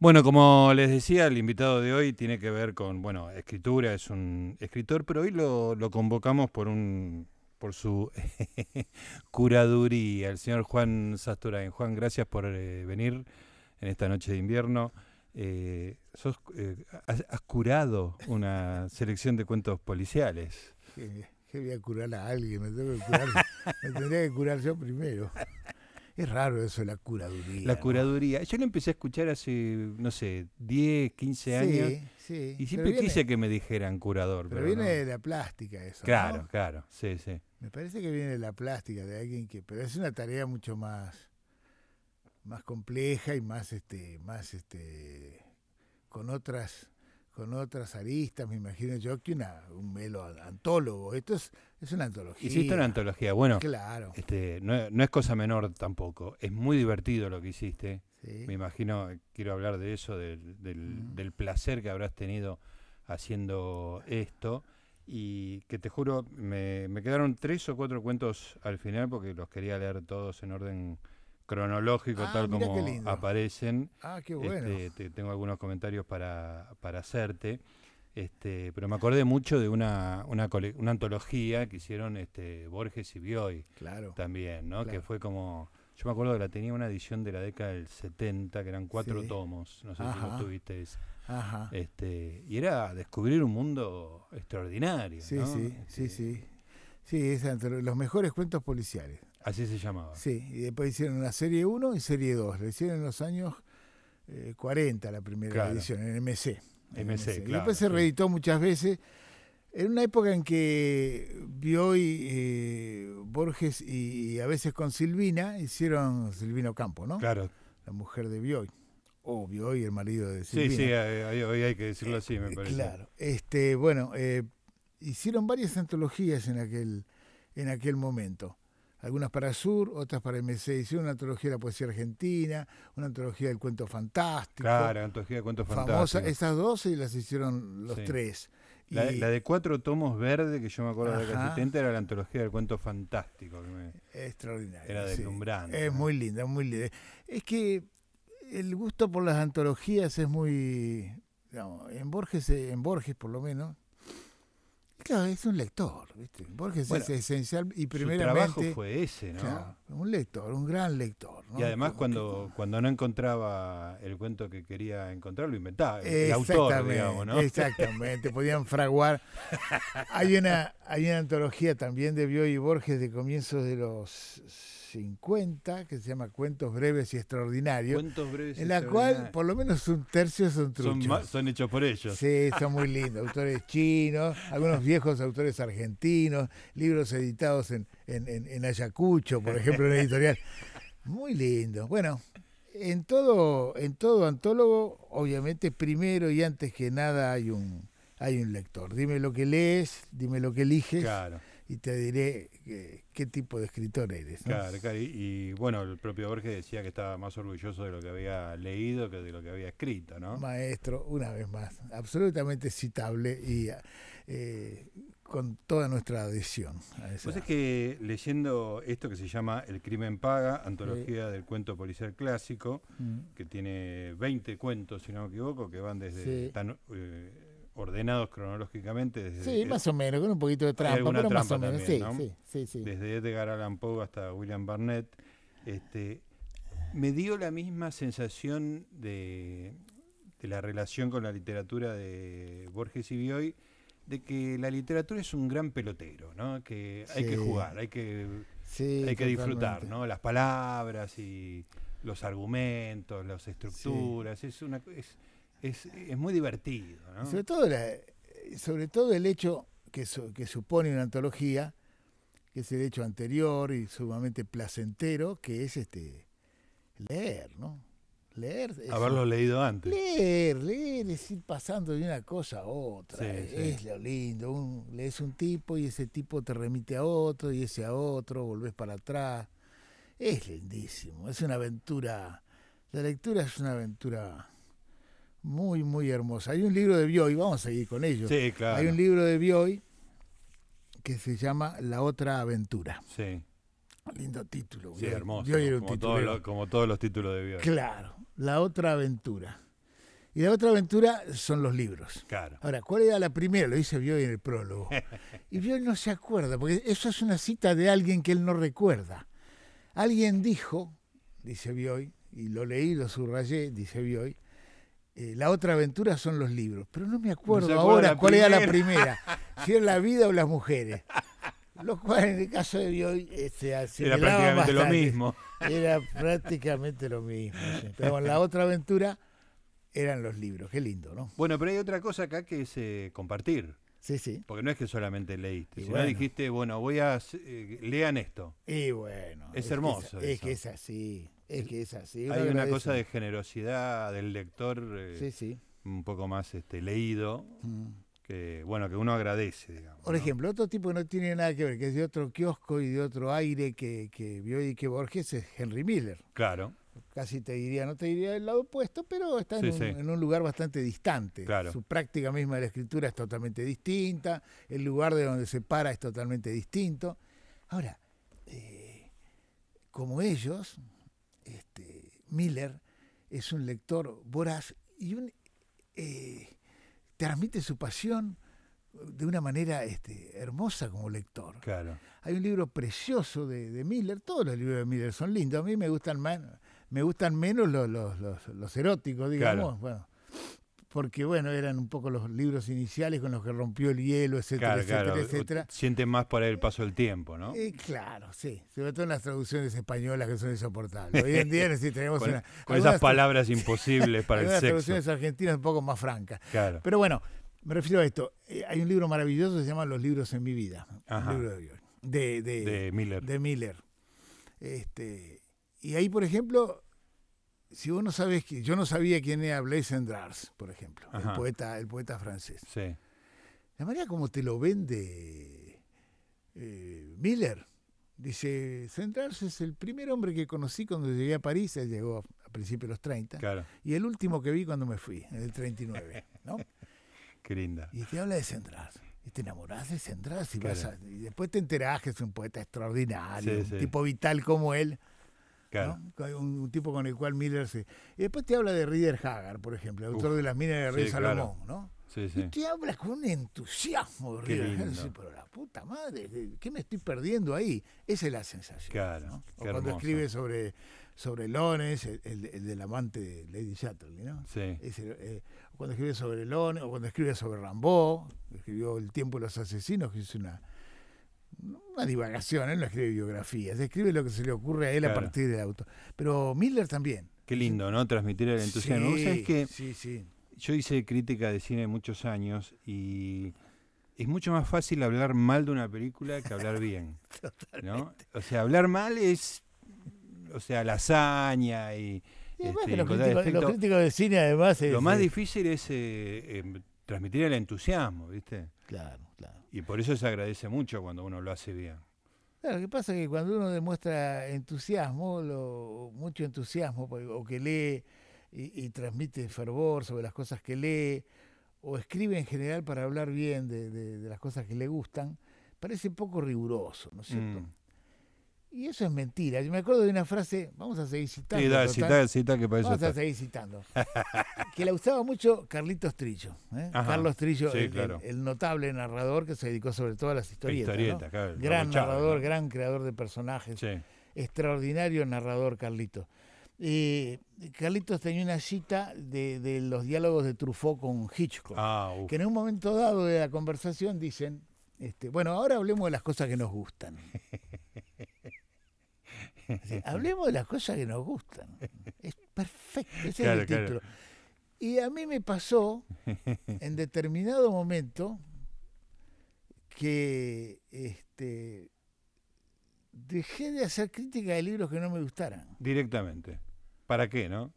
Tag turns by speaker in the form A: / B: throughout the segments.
A: Bueno, como les decía, el invitado de hoy tiene que ver con, bueno, escritura, es un escritor, pero hoy lo, lo convocamos por un por su curaduría, el señor Juan Sasturain. Juan, gracias por eh, venir en esta noche de invierno. Eh, sos, eh, has, has curado una selección de cuentos policiales.
B: ¿Qué, qué voy a curar a alguien? Me, tengo que curar- me tendría que curar yo primero. Es raro eso de la curaduría.
A: La
B: ¿no?
A: curaduría. Yo lo empecé a escuchar hace, no sé, 10, 15
B: Sí,
A: años.
B: sí.
A: Y
B: Pero
A: siempre
B: viene-
A: quise que me dijeran curador.
B: Pero
A: pero
B: viene
A: no.
B: de la plástica eso. ¿no?
A: Claro, claro. Sí, sí.
B: Me parece que viene de la plástica de alguien que. Pero es una tarea mucho más, más compleja y más este, más este, con otras, con otras aristas, me imagino yo, que una, un melo antólogo. Esto es, es una antología.
A: Hiciste una antología. Bueno,
B: Claro.
A: este, no, no es cosa menor tampoco. Es muy divertido lo que hiciste.
B: sí.
A: Me imagino, quiero hablar de eso, del, del-
B: Mm.
A: del placer que habrás tenido haciendo esto. Y que te juro, me, me quedaron tres o cuatro cuentos al final porque los quería leer todos en orden cronológico,
B: Ah,
A: tal
B: mirá qué
A: como
B: lindo.
A: aparecen.
B: Ah, qué bueno.
A: Este, te- tengo algunos comentarios para, para hacerte. Este, pero me acordé mucho de una, una, cole- una antología que hicieron este, Borges y Bioy
B: Claro.
A: también, ¿no? Que
B: Claro.
A: fue como. Yo me acuerdo que la tenía una edición de la década del 70, que eran cuatro
B: Sí.
A: tomos. No sé si
B: Ajá.
A: lo tuviste. ese.
B: Ajá.
A: Este, y era descubrir un mundo extraordinario.
B: Sí,
A: ¿no?
B: sí, sí,
A: Este,
B: sí. Sí, es entre los mejores cuentos policiales.
A: Así se llamaba.
B: Sí, y después hicieron una serie 1 y serie 2. Le hicieron en los años eh, 40 la primera
A: Claro.
B: edición, en MC. en
A: MC,
B: Y
A: claro,
B: después se
A: sí.
B: reeditó muchas veces. En una época en que Bioy, eh, Borges y, y a veces con Silvina hicieron Silvino Campo, ¿no?
A: Claro.
B: La mujer de Bioy. O Bioy, el marido de
A: Sí,
B: Silvina.
A: sí, hay- hay- hoy hay que decirlo así, me
B: Eh,
A: parece.
B: Claro. Este, bueno, eh, hicieron varias antologías en aquel, en aquel momento. Algunas para Sur, otras para MC. Hicieron una antología de la poesía argentina, una antología del cuento fantástico.
A: Claro, antología de cuentos
B: famosa.
A: fantásticos.
B: Esas dos y las hicieron los
A: Sí.
B: tres. Y,
A: La, la de cuatro tomos verde, que yo me acuerdo de la
B: Ajá.
A: asistente, era la antología del cuento fantástico. que me-
B: Extraordinario.
A: era
B: sí.
A: deslumbrante.
B: Es
A: ¿no?
B: muy linda, muy linda. Es que el gusto por las antologías es muy. digamos, en Borges, eh, en Borges por lo menos. Claro, es un lector, ¿viste? Borges
A: Bueno,
B: es esencial y
A: Su trabajo
B: primeramente.
A: fue ese, ¿no?
B: claro, un lector, un gran lector. ¿no?
A: Y además
B: Como
A: cuando, cuando no encontraba el cuento que quería encontrar, lo inventaba.
B: que-
A: El autor,
B: Exactamente,
A: digamos, ¿no?
B: Exactamente, podían fraguar. Hay una, hay una antología también de Bioy y Borges de comienzos de los 50 que se llama Cuentos Breves y Extraordinarios.
A: Cuentos breves.
B: En la cual por lo menos un tercio son
A: son,
B: truchos.
A: ma- son hechos por ellos.
B: Sí, son muy lindos. Autores chinos, algunos viejos autores argentinos, libros editados en, en- en- en Ayacucho, por ejemplo, en la editorial. Muy lindo. Bueno, en todo, en todo antólogo, obviamente, primero y antes que nada hay un, hay un lector. Dime lo que lees, dime lo que eliges
A: Claro,
B: y te diré eh, qué tipo de escritor eres. ¿no?
A: claro, claro. Y, y, bueno, el propio Borges decía que estaba más orgulloso de lo que había leído que de lo que había escrito, ¿no?
B: maestro, una vez más, absolutamente citable y eh, con toda nuestra adhesión. a esa-
A: Pues es que leyendo esto que se llama El crimen paga, antología del cuento policial clásico,
B: Mm.
A: que tiene 20 cuentos, si no me equivoco, que van desde.
B: Sí.
A: están eh, ordenados cronológicamente desde, E-
B: Sí, más o menos, con un poquito de trampa,
A: alguna
B: pero más o
A: trampa
B: menos,
A: también,
B: sí,
A: ¿no?
B: sí, sí, sí.
A: desde Edgar Allan Poe hasta William Barnett. Este, me dio la misma sensación de, de la relación con la literatura de Borges y Bioy, de que la literatura es un gran pelotero, ¿no? que hay que
B: Sí.
A: jugar, hay que
B: Sí,
A: hay que disfrutar,
B: totalmente.
A: ¿no? Las palabras y los argumentos, las estructuras, es una es, es, es muy divertido, ¿no?
B: Y Sobre todo, la- sobre todo el hecho que, su- que supone una antología, que es el hecho anterior y sumamente placentero, que es este leer, ¿no? Leer. es
A: Haberlo leído antes.
B: Leer, leer es ir pasando de una cosa a otra.
A: Este. Sí,
B: es,
A: sí.
B: es lo lindo. Un, lees un tipo y ese tipo te remite a otro y ese a otro, volvés para atrás. Es lindísimo. Es una aventura. La lectura es una aventura muy, muy hermosa. Hay un libro de Bioy, vamos a seguir con ello.
A: Sí, claro.
B: Hay un libro de Bioy que se llama La otra aventura.
A: sí,
B: Lindo título.
A: sí,
B: Bioy.
A: hermoso.
B: Bioy era un
A: como, todos
B: titulero.
A: los, como todos los títulos de Bioy.
B: Claro, La otra aventura. Y la otra aventura son los libros.
A: Claro.
B: Ahora, ¿cuál era la primera? Lo dice Bioy en el prólogo. Y Bioy no se acuerda, porque eso es una cita de alguien que él no recuerda. Alguien dijo, dice Bioy, y lo leí, lo subrayé, dice Bioy, eh, la otra aventura son los libros. Pero no me acuerdo
A: No se acuerda
B: ahora
A: la
B: cuál era la primera, si era la vida o las mujeres. Lo cual en el caso de Bioy este,
A: Era
B: asimilaba
A: prácticamente lo
B: bastante.
A: mismo.
B: Era prácticamente lo mismo. sí. Pero con la otra aventura eran los libros. Qué lindo, ¿no?
A: Bueno, pero hay otra cosa acá que es eh, compartir.
B: Sí, sí.
A: Porque no es que solamente leíste,
B: Y
A: sino
B: bueno.
A: dijiste, bueno, voy a. eh, lean esto.
B: Y bueno.
A: Es
B: que
A: hermoso
B: Es, es
A: eso.
B: que es así. Es que es así. uno
A: Hay una
B: agradece.
A: cosa de generosidad del lector eh,
B: Sí, sí.
A: un poco más este, leído,
B: Mm.
A: que bueno, que uno agradece, digamos.
B: Por
A: ¿no?
B: ejemplo, otro tipo que no tiene nada que ver, que es de otro kiosco y de otro aire que, que vio y que Borges es Henry Miller.
A: Claro,
B: Casi te diría, no te diría del lado opuesto, pero está en,
A: Sí,
B: un,
A: sí.
B: en un lugar bastante distante.
A: Claro.
B: Su práctica misma de la escritura es totalmente distinta, el lugar de donde se para es totalmente distinto. Ahora, eh, como ellos, este, Miller es un lector voraz y un, eh, transmite su pasión de una manera este, hermosa como lector.
A: claro.
B: Hay un libro precioso de, de Miller, todos los libros de Miller son lindos, a mí me gustan más, me gustan menos los, los- los- los eróticos,
A: Claro.
B: digamos, bueno, porque bueno, eran un poco los libros iniciales con los que rompió el hielo, etcétera,
A: claro,
B: etcétera,
A: claro.
B: etcétera.
A: Sienten más por ahí el paso del tiempo, ¿no?
B: Eh, claro, sí, sobre todo en las traducciones españolas que son insoportables. Hoy en día sí tenemos
A: Con,
B: una-
A: con
B: algunas
A: esas
B: tra-
A: palabras imposibles para el
B: algunas
A: sexo.
B: traducciones argentinas un poco más francas.
A: Claro.
B: Pero bueno, me refiero a esto. Eh, hay un libro maravilloso que se llama Los libros en mi vida. un
A: Ajá.
B: libro de, de- de-
A: de Miller.
B: eh, de Miller. Este, y ahí, por ejemplo, si vos no sabés que yo no sabía quién era Blaise Cendrars, por ejemplo, el
A: Ajá.
B: poeta, el poeta francés.
A: Sí.
B: La manera como te lo vende eh, Miller. Dice, Cendrars es el primer hombre que conocí cuando llegué a París, él llegó a principios de los 30,
A: Claro,
B: y el último que vi cuando me fui, en el 39, ¿no?
A: qué linda.
B: Y te habla de Sendras. Y te enamorás de Sendras y,
A: Claro.
B: vas a- y después te enterás que es un poeta extraordinario,
A: Sí,
B: un
A: sí.
B: tipo vital como él,
A: Claro.
B: ¿no? Con- un, un tipo con el cual Miller se... Y después te habla de Reader Hagar, por ejemplo, el autor de las minas de
A: sí,
B: Rey
A: claro.
B: Salomón, ¿no?
A: Sí,
B: Y
A: sí.
B: te habla con un entusiasmo de
A: Qué
B: Reader Hagar.
A: lindo.
B: Dices, pero la puta madre, ¿qué me estoy perdiendo ahí? Esa es la sensación.
A: Claro,
B: ¿no? O
A: qué
B: cuando
A: hermoso.
B: escribe sobre, sobre Lones, el, el- el del amante de Lady Chatterley, ¿no?
A: Sí.
B: Es el, eh, cuando escribe sobre Lone, o cuando escribe sobre Rambo, escribió El tiempo de los asesinos, que es una, una divagación, él no escribe biografías, escribe lo que se le ocurre a él a
A: Claro.
B: partir del auto. Pero Miller también.
A: Qué lindo, ¿no? Transmitir el entusiasmo. Vos sabés que
B: Sí, sí.
A: yo hice crítica de cine muchos años y es mucho más fácil hablar mal de una película que hablar bien. ¿no? O sea, hablar mal es, o sea, lasaña y...
B: Y además
A: este,
B: que los
A: encontrar
B: críticos, los
A: defecto.
B: críticos de cine además es,
A: Lo más
B: eh,
A: difícil es eh, em, transmitir el entusiasmo, ¿viste?
B: Claro, claro.
A: Y por eso se agradece mucho cuando uno lo hace bien.
B: Claro, lo que pasa es que cuando uno demuestra entusiasmo, lo, mucho entusiasmo, por- o que lee y, y transmite fervor sobre las cosas que lee, o escribe en general para hablar bien de, de- de las cosas que le gustan, parece poco riguroso, ¿no es cierto?
A: Mm.
B: Y eso es mentira. Yo me acuerdo de una frase, vamos a seguir citando.
A: Sí, da,
B: total,
A: cita, cita que para eso
B: vamos a
A: está.
B: seguir citando. que la usaba mucho Carlitos Trillo. ¿eh?
A: Ajá,
B: Carlos Trillo,
A: sí,
B: el, el-
A: claro.
B: el notable narrador que se dedicó sobre todo a las historietas. ¿no?
A: Historieta, claro, el
B: Gran
A: Lobo Chávez,
B: narrador,
A: ¿no?
B: gran creador de personajes,
A: Sí,
B: extraordinario narrador Carlitos. Eh, Carlitos tenía una cita de, de los diálogos de Truffaut con Hitchcock,
A: Ah, uf,
B: que en un momento dado de la conversación dicen, este, bueno, ahora hablemos de las cosas que nos gustan. Dice, hablemos de las cosas que nos gustan. Es perfecto, ese
A: Claro,
B: es el
A: claro.
B: título. Y a mí me pasó en determinado momento que este, dejé de hacer crítica de libros que no me gustaran.
A: Directamente. ¿Para qué, no?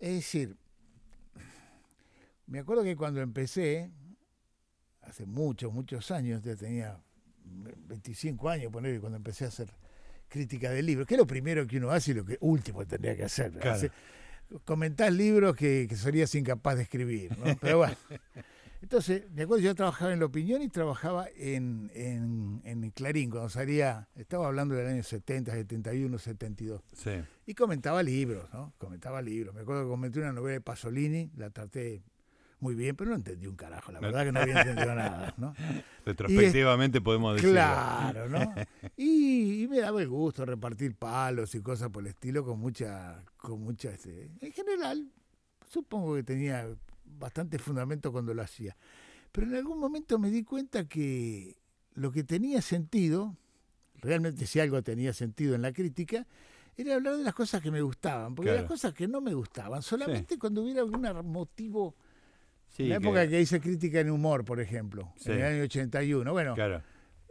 B: Es decir, me acuerdo que cuando empecé, hace muchos, muchos años, ya tenía 25 años, poner cuando empecé a hacer crítica de libros, que es lo primero que uno hace y lo que último tendría que hacer. ¿verdad?
A: Claro.
B: Hacer- Comentar libros que, que serías incapaz de escribir, ¿no? Pero bueno. Entonces, me acuerdo, yo trabajaba en La Opinión y trabajaba en, en, en Clarín, cuando salía, estaba hablando del año 70, 71, 72.
A: Sí.
B: Y comentaba libros, ¿no? Comentaba libros. Me acuerdo que comenté una novela de Pasolini, la traté muy bien, pero no entendí un carajo. La
A: No.
B: verdad que no había entendido nada, ¿no?
A: Retrospectivamente podemos decir.
B: Claro, ¿no? Y, y me daba el gusto repartir palos y cosas por el estilo con mucha, con mucha, este, en general, supongo que tenía bastante fundamento cuando lo hacía. Pero en algún momento me di cuenta que lo que tenía sentido, realmente si algo tenía sentido en la crítica, era hablar de las cosas que me gustaban, porque
A: Claro.
B: las cosas que no me gustaban, solamente cuando hubiera algún motivo,
A: Sí,
B: en la
A: que-
B: época que... hice crítica en humor, por ejemplo,
A: Sí.
B: en el año 81, bueno,
A: Claro.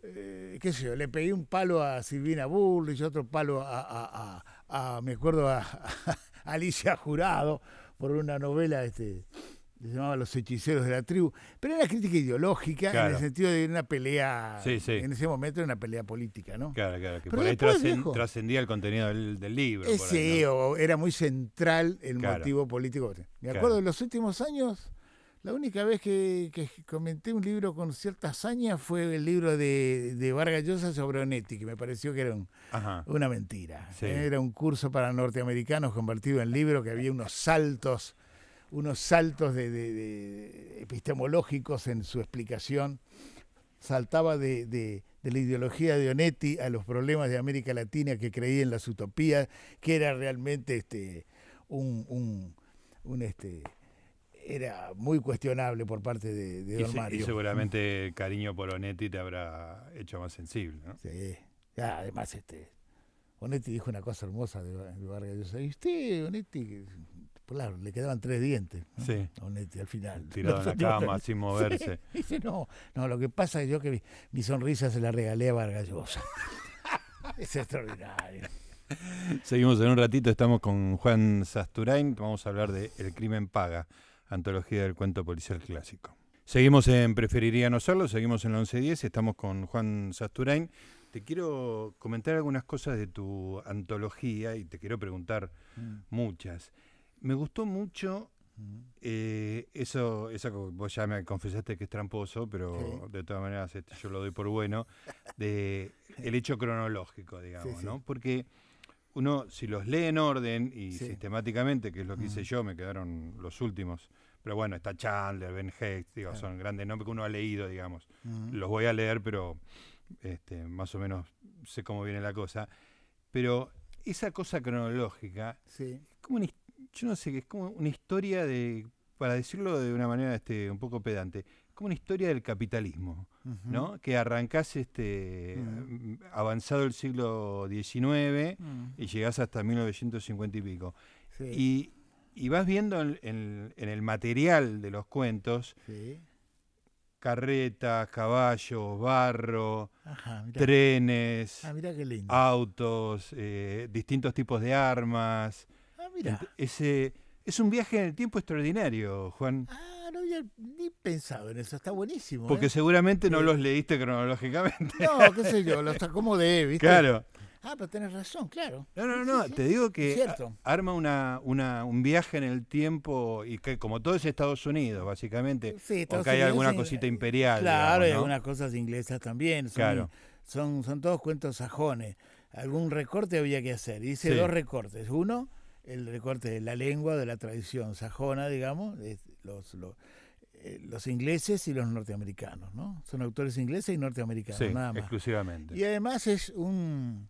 B: eh, qué sé yo, le pedí un palo a Silvina Bullrich, otro palo a, a- a- a- me acuerdo, a, a Alicia Jurado, por una novela este, que se llamaba Los hechiceros de la tribu, pero era crítica ideológica en
A: Claro.
B: el sentido de una pelea,
A: Sí, sí.
B: en ese momento era una pelea política, ¿no?
A: Claro, claro, que
B: Pero
A: por ahí
B: después, Eh,
A: trascen-
B: viejo.
A: trascendía el contenido del, del libro. por ahí,
B: Ese
A: ¿no?
B: o era muy central el
A: Claro.
B: motivo político. Me
A: Claro.
B: acuerdo en los últimos años, la única vez que, que comenté un libro con cierta hazaña fue el libro de, de Vargas Llosa sobre Onetti, que me pareció que era un-
A: Ajá.
B: una mentira.
A: Sí.
B: Era un curso para norteamericanos convertido en libro que había unos saltos, unos saltos de, de- de epistemológicos en su explicación. Saltaba de, de- de la ideología de Onetti a los problemas de América Latina que creía en las utopías, que era realmente este un, un- un, este era muy cuestionable por parte de, de
A: Y,
B: Don
A: se- y
B: Mario.
A: seguramente el cariño por Onetti te habrá hecho más sensible, ¿no?
B: Sí. Ah, además, este, Onetti dijo una cosa hermosa de, Va- de Vargas Llosa. Y usted, Onetti, que- claro, le quedaban tres dientes ¿no?
A: Sí.
B: a Onetti al final.
A: Tirado en la cama, sin moverse.
B: Sí. Dice, no, no, lo que pasa es yo que mi, mi sonrisa se la regalé a Vargas Llosa. es extraordinario.
A: Seguimos en un ratito, estamos con Juan Sasturain, vamos a hablar de El crimen paga, antología del cuento policial clásico. Seguimos en Preferiría no serlo, seguimos en la 1110, estamos con Juan Sasturain. Te quiero comentar algunas cosas de tu antología y te quiero preguntar muchas. Me gustó mucho eh, eso, eso que vos ya me confesaste que es tramposo, pero de todas maneras este, yo lo doy por bueno, de el hecho cronológico, digamos,
B: sí.
A: ¿no? Porque uno, si los lee en orden y
B: Sí.
A: sistemáticamente, que es lo que hice yo, me quedaron los últimos, pero bueno, está Chandler, Ben Hecht, digo, son grandes nombres que uno ha leído, digamos. Los voy a leer, pero este, más o menos sé cómo viene la cosa. Pero esa cosa cronológica
B: Sí.
A: como una his- yo no sé, que es como una historia de, para decirlo de una manera este, un poco pedante, como una historia del capitalismo, ¿no? Que arrancás este, mm, avanzado el siglo XIX y llegás hasta 1950 y pico.
B: Sí.
A: Y, y vas viendo en, en- en el material de los cuentos,
B: sí.
A: carretas, caballos, barro,
B: Ajá, mirá.
A: trenes,
B: Ah, mirá qué lindo.
A: autos, eh, distintos tipos de armas.
B: Ah, mirá.
A: Ent- Ese, es un viaje en el tiempo extraordinario, Juan.
B: Ah, no había ni pensado en eso. Está buenísimo. ¿eh?
A: Porque seguramente no los leíste cronológicamente.
B: No, qué sé yo, los acomodé, ¿viste?
A: Claro.
B: Ah, pero tenés razón, claro.
A: No, no,
B: Sí,
A: no.
B: sí, sí.
A: Te digo que a-
B: Cierto.
A: arma una, una, un viaje en el tiempo y que como todo es Estados Unidos, básicamente.
B: Sí, Estados
A: Eh, Porque hay
B: Unidos
A: alguna
B: es- eh,
A: cosita imperial.
B: Claro, hay
A: digamos, ¿no?
B: algunas cosas inglesas también. Son,
A: Claro.
B: son, son todos cuentos sajones. Algún recorte había que hacer. Hice
A: Sí.
B: dos recortes. Uno, el recorte de la lengua, de la tradición sajona, digamos, de los, los, eh, los ingleses y los norteamericanos, ¿no? Son autores ingleses y norteamericanos,
A: Sí,
B: nada más.
A: exclusivamente.
B: Y además es un,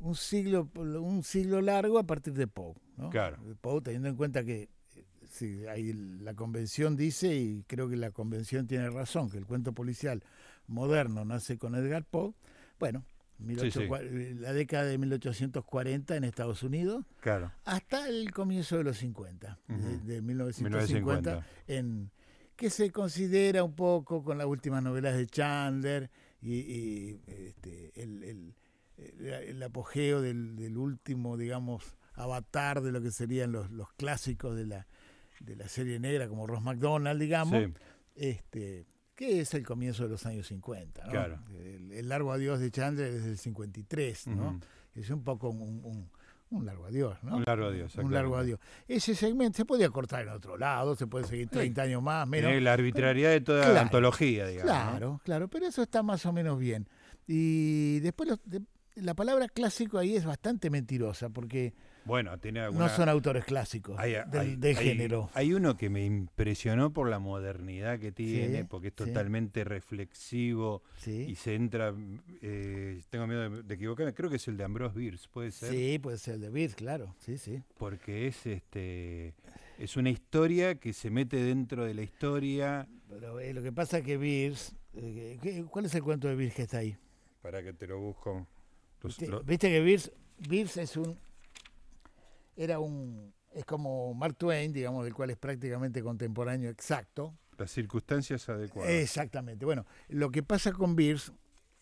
B: un siglo un siglo largo a partir de Poe, ¿no?
A: Claro.
B: De Poe teniendo en cuenta que eh, sí, ahí la convención dice y creo que la convención tiene razón que el cuento policial moderno nace con Edgar Poe. Bueno, 18
A: sí.
B: cua- eh, la década de 1840 en Estados Unidos
A: Claro.
B: hasta el comienzo de los 50, de-
A: Ujú.
B: de, 1950, en que se considera un poco con las últimas novelas de Chandler y, y, este, el, el- el- el apogeo del, del último, digamos, avatar de lo que serían los, los clásicos de la, de la serie negra, como Ross McDonald, digamos,
A: Sí,
B: este, que es el comienzo de los años 50. ¿no?
A: Claro.
B: El, el largo adiós de Chandler es del 53, ¿no?
A: ujú.
B: Es un poco un, un- un largo adiós, ¿no?
A: Un largo adiós.
B: Un largo
A: exactamente.
B: adiós. Ese segmento se podía cortar en otro lado, se puede seguir 30 años más, menos.
A: Tiene la arbitrariedad de toda
B: Claro,
A: la antología, digamos. ¿no?
B: Claro, claro, pero eso está más o menos bien. Y después los- de- la palabra clásico ahí es bastante mentirosa porque
A: Bueno, tiene alguna...
B: no son autores clásicos
A: hay-
B: Pues, del-
A: hay-
B: de
A: hay-
B: género.
A: Hay uno que me impresionó por la modernidad que tiene, porque es
B: sí.
A: totalmente reflexivo y
B: Sí,
A: se entra... eh, tengo miedo de, de equivocarme, creo que es el de Ambrose Bierce, puede ser.
B: sí, puede ser de Beat, claro. Sí, sí.
A: porque es este es una historia que se mete dentro de la historia
B: Pero eh, lo que pasa es que Beers, eh, ¿cuál es el cuento de Beers que está ahí?
A: para que te lo busco Los-
B: Viste,
A: lo-
B: viste que Beers, Beers es un era un es como Mark Twain, digamos, del cual es prácticamente contemporáneo exacto.
A: las circunstancias adecuadas
B: Exactamente. Bueno, lo que pasa con Beers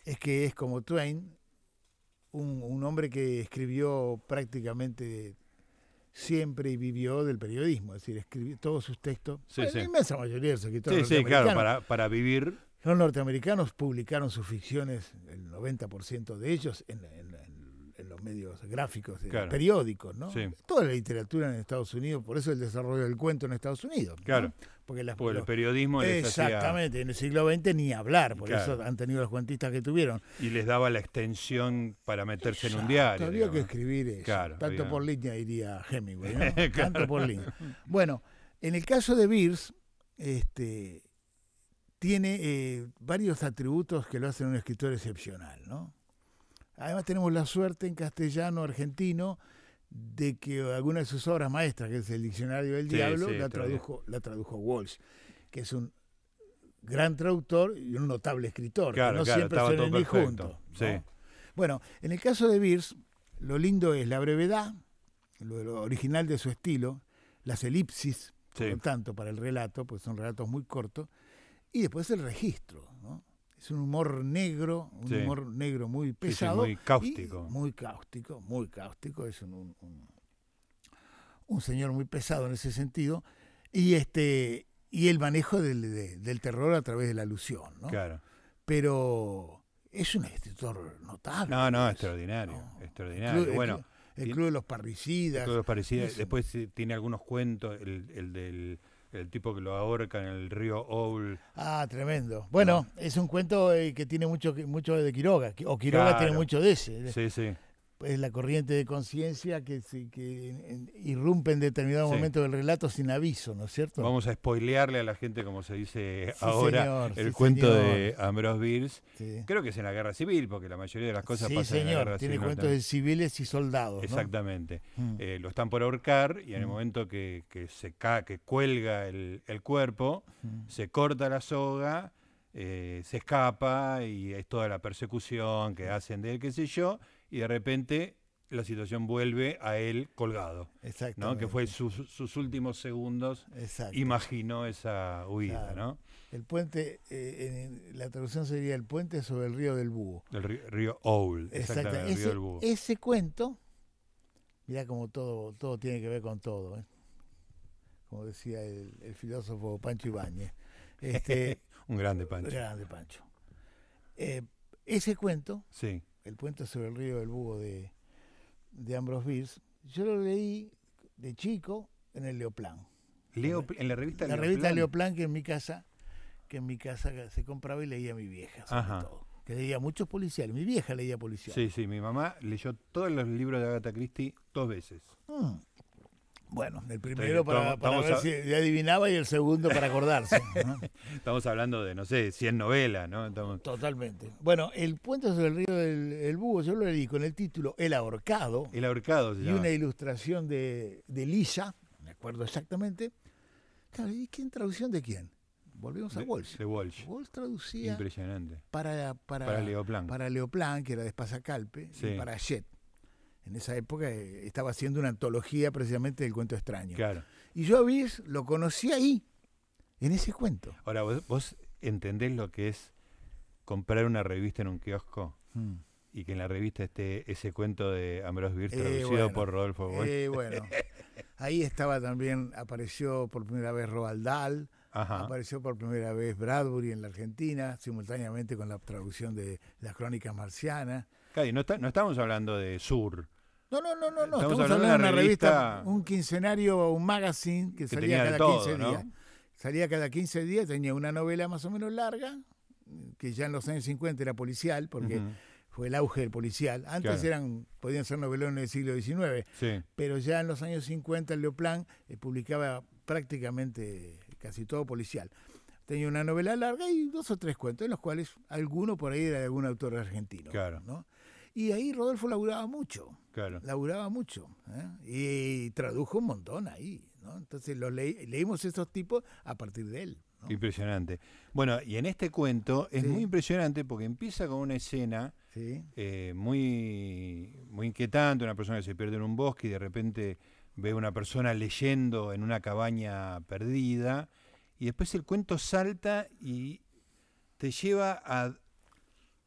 B: es que es como Twain, un, un hombre que escribió prácticamente siempre y vivió del periodismo, es decir, escribió todos sus textos,
A: Sí,
B: bueno,
A: sí.
B: la inmensa mayoría de los
A: sí
B: escritores
A: sí claro
B: norteamericanos,
A: para, para vivir
B: los norteamericanos publicaron sus ficciones, el 90% de ellos, en, en- en- en los medios gráficos, en
A: Claro.
B: periódicos, ¿no?
A: Sí.
B: Toda la literatura en Estados Unidos, por eso el desarrollo del cuento en Estados Unidos. ¿no?
A: Claro.
B: Porque las,
A: porque pues, el
B: los-
A: periodismo les hacía-
B: Exactamente, en el siglo XX ni hablar, por
A: Claro.
B: eso han tenido los cuentistas que tuvieron.
A: y les daba la extensión para meterse en un diario
B: Había que
A: digamos.
B: escribir eso.
A: Claro,
B: Tanto
A: había-
B: por línea diría Hemingway, ¿no?
A: Claro.
B: Tanto por línea. Bueno, en el caso de Beers, este, tiene eh, varios atributos que lo hacen un escritor excepcional, ¿no? Además tenemos la suerte en castellano argentino de que alguna de sus obras maestras, que es el Diccionario del
A: Sí,
B: Diablo,
A: sí,
B: la,
A: está bien.
B: tradujo, la tradujo Walsh, que es un gran traductor y un notable escritor, que
A: Claro,
B: no
A: claro,
B: siempre
A: estaba
B: suelen
A: todo
B: ir
A: perfecto,
B: juntos.
A: sí.
B: ¿no? Bueno, en el caso de Beers, lo lindo es la brevedad, lo, lo original de su estilo, las elipsis, por
A: Sí.
B: lo tanto, para el relato, pues son relatos muy cortos, y después el registro, ¿no? Es un humor negro, un
A: Sí.
B: humor negro muy
A: sí,
B: pesado.
A: muy
B: y
A: cáustico.
B: Muy cáustico, muy cáustico. Es un, un- un- un señor muy pesado en ese sentido. Y este y el manejo del, de- del terror a través de la alusión, ¿no?
A: claro
B: Pero es un escritor notable.
A: no no
B: es-
A: extraordinario
B: no.
A: extraordinario
B: Club-
A: bueno
B: el, club- el
A: tiene-
B: Club de los Parricidas.
A: Todo parecía.
B: Es-
A: Después eh, tiene algunos cuentos, el, el del el tipo que lo ahorca en el río Owl.
B: Ah, tremendo. Bueno, es un cuento eh, que tiene mucho, que- mucho de Quiroga, que- o Quiroga
A: Claro.
B: tiene mucho de ese. de-
A: Sí, sí.
B: Es la corriente de conciencia que, se- que en- en- irrumpe en determinado
A: Sí.
B: momento del relato sin aviso, ¿no es cierto?
A: Vamos a spoilearle a la gente, como se dice
B: Sí,
A: ahora,
B: señor,
A: el
B: sí,
A: cuento
B: señor.
A: de Ambrose Bierce.
B: Sí.
A: Creo que es en la guerra civil, porque la mayoría de las cosas
B: Sí,
A: pasan en la
B: señor,
A: guerra
B: tiene
A: civil.
B: cuentos de civiles y soldados. ¿no?
A: Exactamente.
B: Mm.
A: Eh, lo están por ahorcar y en el
B: Mm.
A: momento que, que se ca que cuelga el, el cuerpo,
B: Mm.
A: se corta la soga, eh, se escapa y es toda la persecución que hacen de él, qué sé yo, y de repente la situación vuelve a él colgado,
B: Exactamente.
A: ¿no? Que fue sus- sus últimos segundos,
B: Exacto.
A: imaginó esa huida,
B: Claro.
A: ¿no?
B: El puente, eh, en- la traducción sería el puente sobre el río del búho.
A: Del ri- río Owl,
B: Exacta-
A: exactamente, el río
B: Ese,
A: del búho.
B: ese cuento, mirá como todo, todo tiene que ver con todo, ¿eh? como decía el, el filósofo Pancho Ibáñez, este,
A: Un grande pancho.
B: grande Pancho. Eh, ese cuento,
A: Sí,
B: El puente sobre el río del búho de, de Ambrose Bierce, yo lo leí de chico en el Leoplan.
A: Leo, en la revista
B: La revista
A: Leoplan.
B: Leoplan que en mi casa, que en mi casa se compraba y leía mi vieja, sobre
A: Ajá.
B: todo. Que leía muchos policiales. Mi vieja leía policiales.
A: Sí, sí, mi mamá leyó todos los libros de Agatha Christie dos veces.
B: Mm. Bueno, el
A: Entonces,
B: primero para,
A: estamos-
B: para ver
A: estamos
B: si adivinaba y el segundo para acordarse. ¿no?
A: Estamos hablando de, no sé, 100 novelas, ¿no? Estamos-
B: Totalmente. Bueno, el puente sobre el río del el búho, yo lo leí con el título El ahorcado
A: El ahorcado se
B: y
A: llama.
B: una ilustración de, de Lisa, me acuerdo exactamente. Claro, ¿y quién traducción de quién? Volvemos a
A: de,
B: Walsh.
A: de Walsh.
B: Walsh traducía
A: Impresionante.
B: para, para,
A: Para Leoplan.
B: para Leoplan, que era de Espasacalpe,
A: Sí.
B: y para Jet. En esa época eh, estaba haciendo una antología precisamente del cuento extraño.
A: Claro.
B: Y yo a Beers lo conocí ahí, en ese cuento.
A: Ahora, ¿vos, vos entendés lo que es comprar una revista en un kiosco y que en la revista esté ese cuento de Ambrose Bierce
B: Eh,
A: traducido
B: bueno.
A: por Rodolfo Walsh?
B: Eh, bueno, ahí estaba también, apareció por primera vez Roald Dahl,
A: Ajá.
B: apareció por primera vez Bradbury en la Argentina, simultáneamente con la traducción de las crónicas marcianas.
A: Claro, y no, está- no estamos hablando de Sur
B: No, no, no, no, no.
A: Estamos
B: Estamos,
A: hablando
B: hablando
A: de
B: de una
A: una
B: revista,
A: revista-
B: un quincenario o un magazine que,
A: Que tenía
B: salía
A: de
B: cada
A: todo,
B: 15
A: ¿no?
B: días. Salía cada 15 días, tenía una novela más o menos larga, que ya en los años 50 era policial, porque
A: Ujú,
B: fue el auge del policial. Antes
A: Claro.
B: eran, podían ser novelones del siglo XIX,
A: Sí.
B: pero ya en los años 50 el Leoplan eh, publicaba prácticamente casi todo policial. Tenía una novela larga y dos o tres cuentos, de los cuales alguno por ahí era de algún autor argentino.
A: Claro.
B: ¿no? Y ahí Rodolfo laburaba mucho
A: Claro.
B: laburaba mucho ¿eh? y tradujo un montón ahí. ¿no? Entonces lo leí- leímos esos tipos a partir de él. ¿no?
A: Impresionante. Bueno, y en este cuento es
B: Sí.
A: muy impresionante porque empieza con una escena
B: Sí,
A: eh, muy, muy inquietante, una persona que se pierde en un bosque y de repente ve una persona leyendo en una cabaña perdida, y después el cuento salta y te lleva a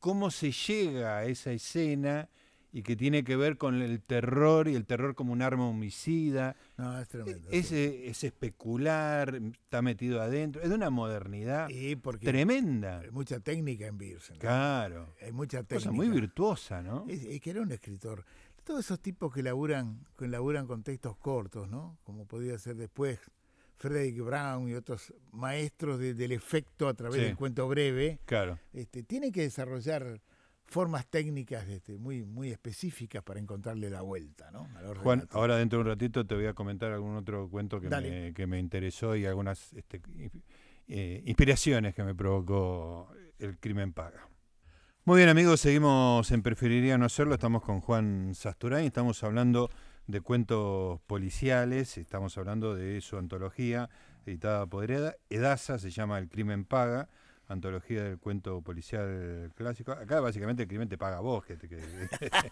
A: cómo se llega a esa escena y que tiene que ver con el terror y el terror como un arma homicida.
B: no, es tremendo.
A: Es,
B: sí.
A: eh, es especular, está metido adentro, es de una modernidad
B: Y porque
A: tremenda.
B: hay mucha técnica en Birsen.
A: Claro,
B: Hay mucha técnica.
A: cosa muy virtuosa, ¿no?
B: Es, es que era un escritor. Todos esos tipos que laburan, que laburan con textos cortos, ¿no? Como podía ser después Frederick Brown y otros maestros de- del efecto a través
A: Sí.
B: del cuento breve.
A: Claro.
B: este, tiene que desarrollar formas técnicas este, muy, muy específicas para encontrarle la vuelta, ¿no? A los
A: Juan,
B: relatos.
A: ahora dentro de un ratito te voy a comentar algún otro cuento que,
B: Dale.
A: me, que me interesó y algunas este, in- eh, inspiraciones que me provocó el crimen paga. Muy bien amigos, seguimos en Preferiría No Serlo, estamos con Juan Sasturain, estamos hablando de cuentos policiales, estamos hablando de su antología editada por Eda- Edasa, se llama El crimen paga, antología del cuento policial clásico. Acá básicamente el crimen te paga a vos, que te, que-
B: Bueno,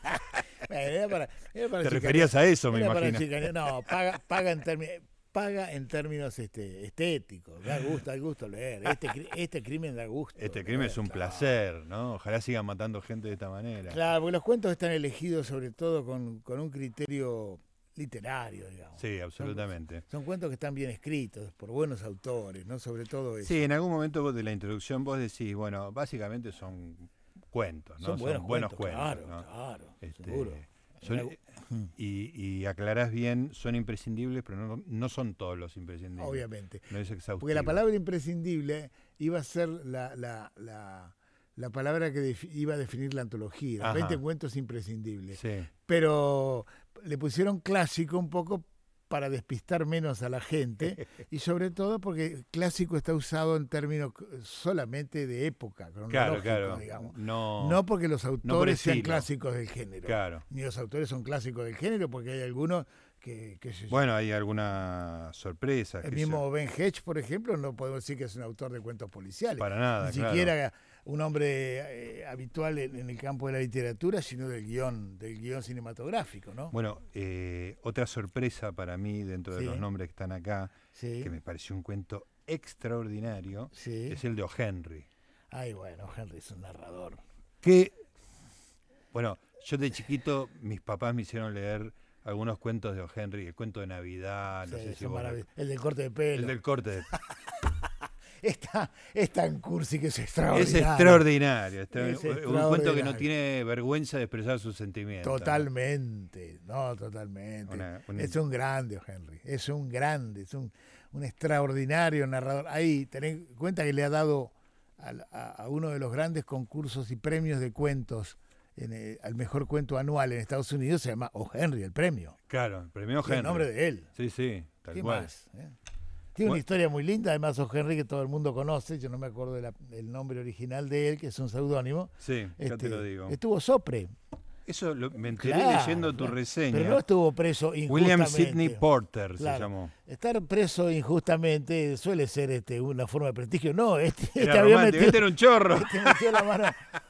B: Eh, era para- era para
A: te
B: chicanear-
A: referías a eso, me
B: era para
A: imagino.
B: chicanear. No, paga, paga en términos paga en términos este, estéticos, da gusto, da gusto leer, este, cri- este crimen da gusto.
A: Este
B: leer,
A: crimen es un
B: claro.
A: placer, ¿no? Ojalá sigan matando gente de esta manera.
B: Claro, porque los cuentos están elegidos sobre todo con, con un criterio literario, digamos.
A: Sí, absolutamente.
B: Son cuentos que están bien escritos, por buenos autores, ¿no? Sobre todo eso.
A: Sí, en algún momento vos de la introducción vos decís, bueno, básicamente son cuentos, ¿no?
B: Son buenos,
A: cuentos,
B: cuentos,
A: ¿no?
B: claro, claro,
A: Este,
B: seguro.
A: son-
B: algún-
A: y, y aclarás bien, son imprescindibles, pero no, no son todos los imprescindibles.
B: Obviamente.
A: No es exhaustivo.
B: Porque la palabra imprescindible iba a ser la, la, la, la palabra que defi- iba a definir la antología.
A: Ajá.
B: 20 cuentos imprescindibles.
A: Sí,
B: Pero le pusieron clásico un poco para despistar menos a la gente y sobre todo porque clásico está usado en términos c- solamente de época,
A: claro,
B: cronológico,
A: claro.
B: digamos.
A: No,
B: No porque los autores sean
A: estilo.
B: clásicos del género.
A: claro.
B: Ni los autores son clásicos del género porque hay algunos que, que se
A: Bueno, hay alguna sorpresa. qué
B: El
A: sé yo.
B: mismo Ben Hedge, por ejemplo, no podemos decir que es un autor de cuentos policiales.
A: Para nada,
B: Ni
A: claro.
B: siquiera un hombre eh, habitual en, en el campo de la literatura, sino del guión, del guión cinematográfico, ¿no?
A: Bueno, eh, otra sorpresa para mí dentro de
B: Sí.
A: los nombres que están acá,
B: sí.
A: que me pareció un cuento extraordinario,
B: sí.
A: es el de O'Henry.
B: Ay, bueno, Henry es un narrador.
A: Que, bueno, yo de chiquito, mis papás me hicieron leer algunos cuentos de O'Henry, el cuento de Navidad, Ah, no
B: Sí,
A: sé si
B: son
A: vos-
B: maravillosos. el del corte de pelo.
A: El del corte. de-
B: Está, es tan cursi que es
A: es
B: extraordinario.
A: extraordinario, extra-
B: Es
A: Un cuento que no
B: extraordinario.
A: tiene vergüenza de expresar sus sentimientos. ¿no?
B: Totalmente, no, totalmente.
A: Una- un-
B: Es un grande, oh, Henry. Es un grande, es un, un extraordinario narrador. Ahí, tenés en cuenta que le ha dado al- a, a uno de los grandes concursos y premios de cuentos en, eh, al mejor cuento anual en Estados Unidos, se llama O. Henry, el premio.
A: Claro, el premio
B: Y
A: O'Henry.
B: El nombre de él.
A: Sí, sí, tal
B: ¿Qué
A: cual.
B: más? eh? Tiene
A: Bueno.
B: una historia muy linda, además O. Henry, que todo el mundo conoce. Yo no me acuerdo de la- del nombre original de él, que es un seudónimo.
A: Sí, ya te
B: Este,
A: lo digo.
B: Estuvo Sopre,
A: Eso lo- me enteré
B: Claro,
A: leyendo tu
B: claro.
A: reseña.
B: Pero no estuvo preso injustamente.
A: William Sidney Porter se
B: Claro.
A: llamó.
B: Estar preso injustamente suele ser este, una forma de prestigio. No, este,
A: Era
B: este había
A: romántico,
B: metido,
A: este era un chorro.
B: este metió la mano.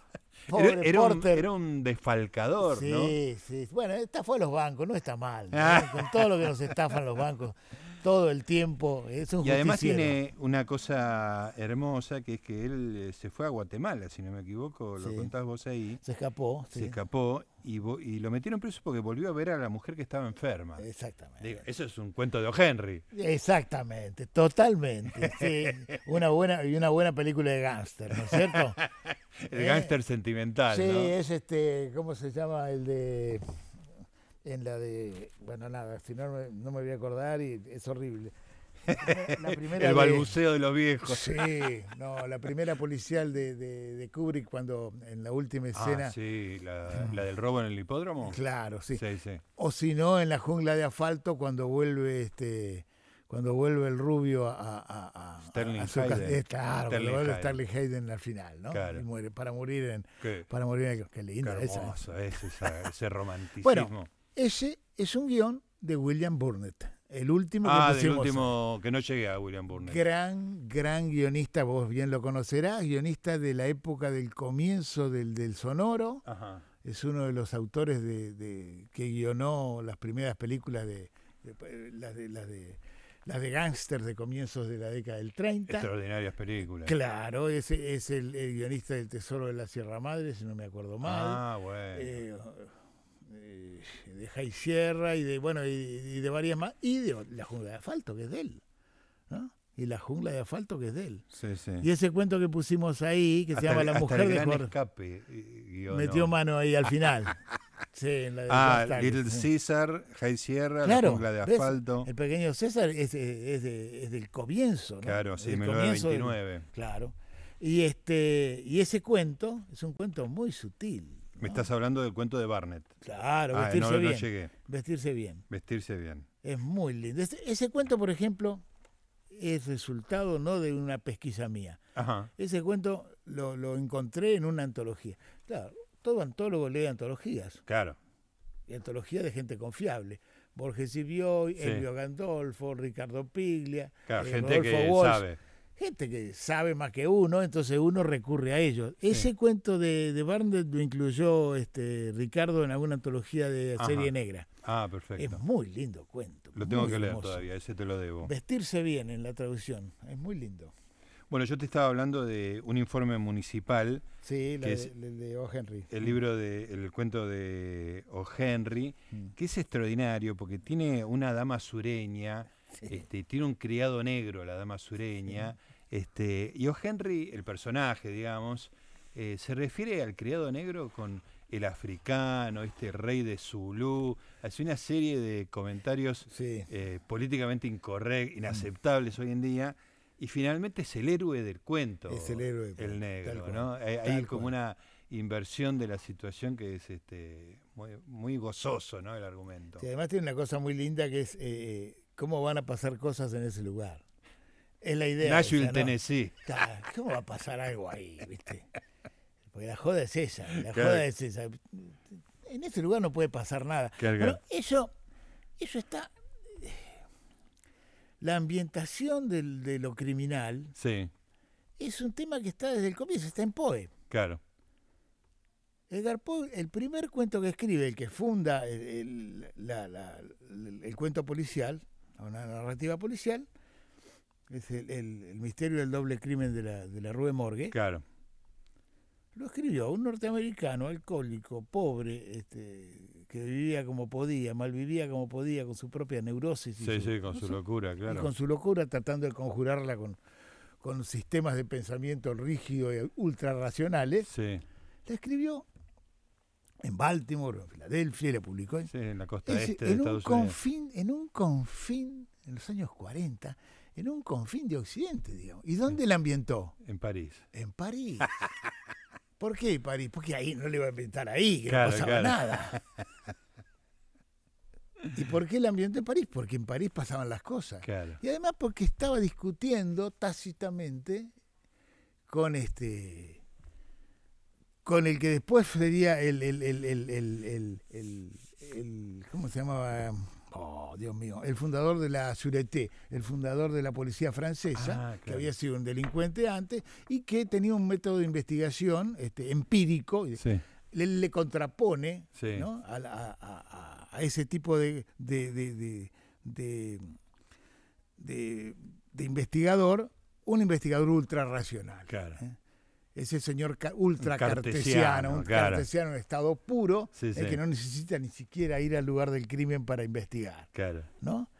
B: Pobre
A: Era, era un,
B: Porter.
A: era un desfalcador,
B: sí,
A: ¿no?
B: sí. Bueno, estafó a los bancos, no está mal. ¿no?
A: Ah.
B: Con todo lo que nos estafan los bancos, todo el tiempo. Es un
A: Y además
B: justiciero.
A: tiene una cosa hermosa que es que él eh, se fue a Guatemala, si no me equivoco, lo
B: Sí.
A: contás vos ahí.
B: Se escapó.
A: Se
B: sí.
A: escapó y, vo- y lo metieron preso porque volvió a ver a la mujer que estaba enferma.
B: Eh, Exactamente.
A: Digo, eso es un cuento de O'Henry.
B: Exactamente, totalmente. sí. Una buena, y una buena película de gángster, ¿no es cierto?
A: El
B: Eh,
A: Ah, gángster sentimental,
B: Sí, eh,
A: ¿no?
B: es este, ¿cómo se llama? El de en la de. Bueno, nada, si no, me- no me voy a acordar y es horrible. La primera
A: El
B: de-
A: balbuceo de los viejos.
B: Sí, no, la primera policial de, de- de Kubrick cuando en la última escena.
A: Ah, sí, la, la del robo en el hipódromo.
B: Claro, sí.
A: Sí, sí.
B: O si no, en la jungla de asfalto cuando vuelve este cuando vuelve el rubio a, a- a- a-
A: Sterling
B: a su
A: Hayden.
B: casa. Eh, claro, cuando
A: Sterling
B: vuelve
A: Hayden.
B: Sterling Hayden al final, ¿no?
A: Claro.
B: Y muere, para morir en
A: Qué,
B: para morir en qué
A: qué
B: linda esa.
A: hermoso es esa- ese romanticismo.
B: Ese es un guión de William Burnett, el último que
A: ah, del
B: pusimos.
A: último que no llegué a William Burnett.
B: Gran, gran guionista, vos bien lo conocerás, guionista de la época del comienzo del, del sonoro,
A: Ajá.
B: es uno de los autores de, de- que guionó las primeras películas de, de- las de las de las de gángsters de comienzos de la década del 30.
A: Extraordinarias películas.
B: Claro, ese es el, el guionista del Tesoro de la Sierra Madre, si no me acuerdo mal.
A: Ah, bueno.
B: eh, eh, de Jai Sierra y de bueno y, y de varias más y de la jungla de asfalto que es de él ¿no? y la jungla de asfalto que es de él
A: sí, sí.
B: y ese cuento que pusimos ahí que
A: Hasta
B: se llama
A: el-
B: la
A: hasta
B: mujer
A: el
B: de
A: gran
B: Jorge
A: escape. eh, guion,
B: metió
A: no.
B: mano ahí al final sí en la de
A: Ah,
B: John Stagg,
A: Little
B: sí.
A: Caesar, High Sierra,
B: Claro,
A: La jungla de
B: ¿ves?
A: asfalto.
B: el pequeño César es, eh, es de- es del comienzo ¿no?
A: Claro, sí,
B: Del comienzo del-
A: 1929.
B: claro y este y ese cuento es un cuento muy sutil ¿no?
A: Me estás hablando del cuento de Barnett.
B: claro
A: Ah, no,
B: vestirse
A: no
B: bien
A: llegué.
B: vestirse bien
A: Vestirse bien.
B: Es muy lindo. Ese, ese cuento, por ejemplo, es resultado no de una pesquisa mía.
A: Ajá.
B: Ese cuento lo, lo encontré en una antología. Claro, todo antólogo lee antologías,
A: Claro.
B: y antologías de gente confiable. Borges y Bioy,
A: Sí.
B: Elvio Gandolfo, Ricardo Piglia,
A: Claro,
B: eh,
A: gente
B: Rodolfo
A: que
B: Walsh,
A: sabe.
B: gente que sabe más que uno, entonces uno recurre a ellos. Ese cuento de, de Barnett lo incluyó este, Ricardo en alguna antología de
A: Ajá.
B: serie negra.
A: Ah, perfecto.
B: Es muy lindo cuento.
A: Lo tengo
B: muy
A: que leer
B: hermoso.
A: todavía, ese te lo debo.
B: Vestirse bien en la traducción, es muy lindo.
A: Bueno, yo te estaba hablando de un informe municipal,
B: Sí, la
A: Que
B: de,
A: es-
B: la de O. Henry.
A: el libro de el cuento de O. Henry,
B: Mm.
A: que es extraordinario porque tiene una dama sureña, este, tiene un criado negro, la dama sureña, este, y O. Henry, el personaje, digamos, eh, se refiere al criado negro con el africano, este rey de Zulu, hace una serie de comentarios
B: Sí,
A: eh, políticamente incorrectos, inaceptables hoy en día, y finalmente es el héroe del cuento.
B: Es el héroe,
A: El
B: tal
A: negro,
B: cual,
A: ¿no? Eh, Hay, hay
B: tal
A: como
B: cual.
A: una inversión de la situación que es este muy, muy gozoso, ¿no? El argumento.
B: Sí, además tiene una cosa muy linda que es eh, cómo van a pasar cosas en ese lugar. Es la idea. o
A: Nashville,
B: sea, ¿no?
A: Tennessee.
B: Claro, ¿Cómo va a pasar algo ahí, viste? Porque la joda es esa, la
A: Claro.
B: joda es esa. En ese lugar no puede pasar nada.
A: Claro,
B: Bueno,
A: claro.
B: eso, eso está... La ambientación del- de lo criminal
A: Sí,
B: es un tema que está desde el comienzo, está en Poe.
A: claro.
B: Edgar Poe, el primer cuento que escribe, el que funda el, el- la- la- el- el cuento policial, una narrativa policial, es el, el- el misterio del doble crimen de la, de la Rue Morgue,
A: Claro.
B: lo escribió un norteamericano alcohólico, pobre, este, que vivía como podía, malvivía como podía con su propia neurosis y,
A: Sí,
B: su-
A: sí, con su locura,
B: y
A: claro.
B: con su locura, tratando de conjurarla con, con sistemas de pensamiento rígido y ultrarracionales.
A: Sí,
B: La escribió en Baltimore, en Filadelfia, y la publicó en,
A: sí, en la costa
B: ese-
A: este de
B: en un
A: Estados Unidos.
B: confín, en un confín, en los años 40, en un confín de Occidente, digamos. ¿Y dónde la ambientó?
A: En París.
B: En París. ¿Por qué París? Porque ahí no le iba a ambientar ahí, que
A: Claro,
B: no pasaba
A: claro.
B: nada. ¿Y por qué la ambientó en París? Porque en París pasaban las cosas.
A: Claro.
B: Y además porque estaba discutiendo tácitamente con este con el que después sería el, el, el, el, el, el- el- el- ¿cómo se llamaba? Oh, Dios mío, el fundador de la Sûreté, el fundador de la policía francesa,
A: Ah,
B: que
A: claro.
B: había sido un delincuente antes y que tenía un método de investigación este, empírico, y
A: Sí,
B: le, le contrapone
A: Sí.
B: ¿no? a, la- a- a- a- a ese tipo de, de, de- de- de- de- de investigador, un investigador ultrarracional.
A: claro.
B: Ese señor ca- ultracartesiano,
A: Cartesiano,
B: un
A: claro.
B: cartesiano en estado puro,
A: Sí,
B: el
A: sí.
B: que no necesita ni siquiera ir al lugar del crimen para investigar,
A: Claro.
B: ¿no?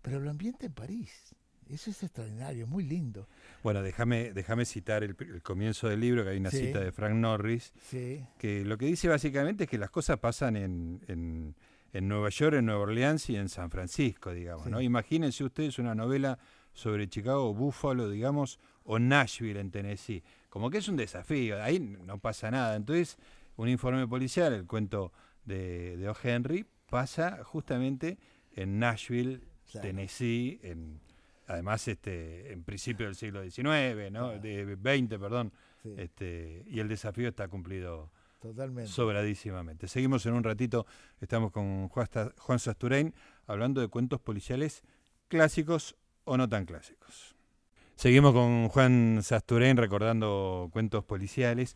B: Pero lo ambienta en París. Eso es extraordinario, es muy lindo.
A: Bueno, déjame, déjame citar el, el comienzo del libro, que hay una
B: Sí.
A: cita de Frank Norris,
B: Sí,
A: que lo que dice básicamente es que las cosas pasan en, en- en Nueva York, en Nueva Orleans y en San Francisco, digamos.
B: Sí.
A: ¿no? Imagínense ustedes una novela sobre Chicago, Buffalo, digamos, o Nashville en Tennessee. Como que es un desafío, ahí no pasa nada. Entonces, un informe policial, el cuento de, de O. Henry, pasa justamente en Nashville,
B: Claro.
A: Tennessee, en, además este, en principio del siglo XIX, ¿no? De 20, perdón.
B: Sí,
A: Este, y el desafío está cumplido
B: totalmente.
A: sobradísimamente. Seguimos en un ratito, estamos con Juan Sta- Juan Sasturain hablando de cuentos policiales clásicos o no tan clásicos. Seguimos con Juan Sasturain recordando cuentos policiales.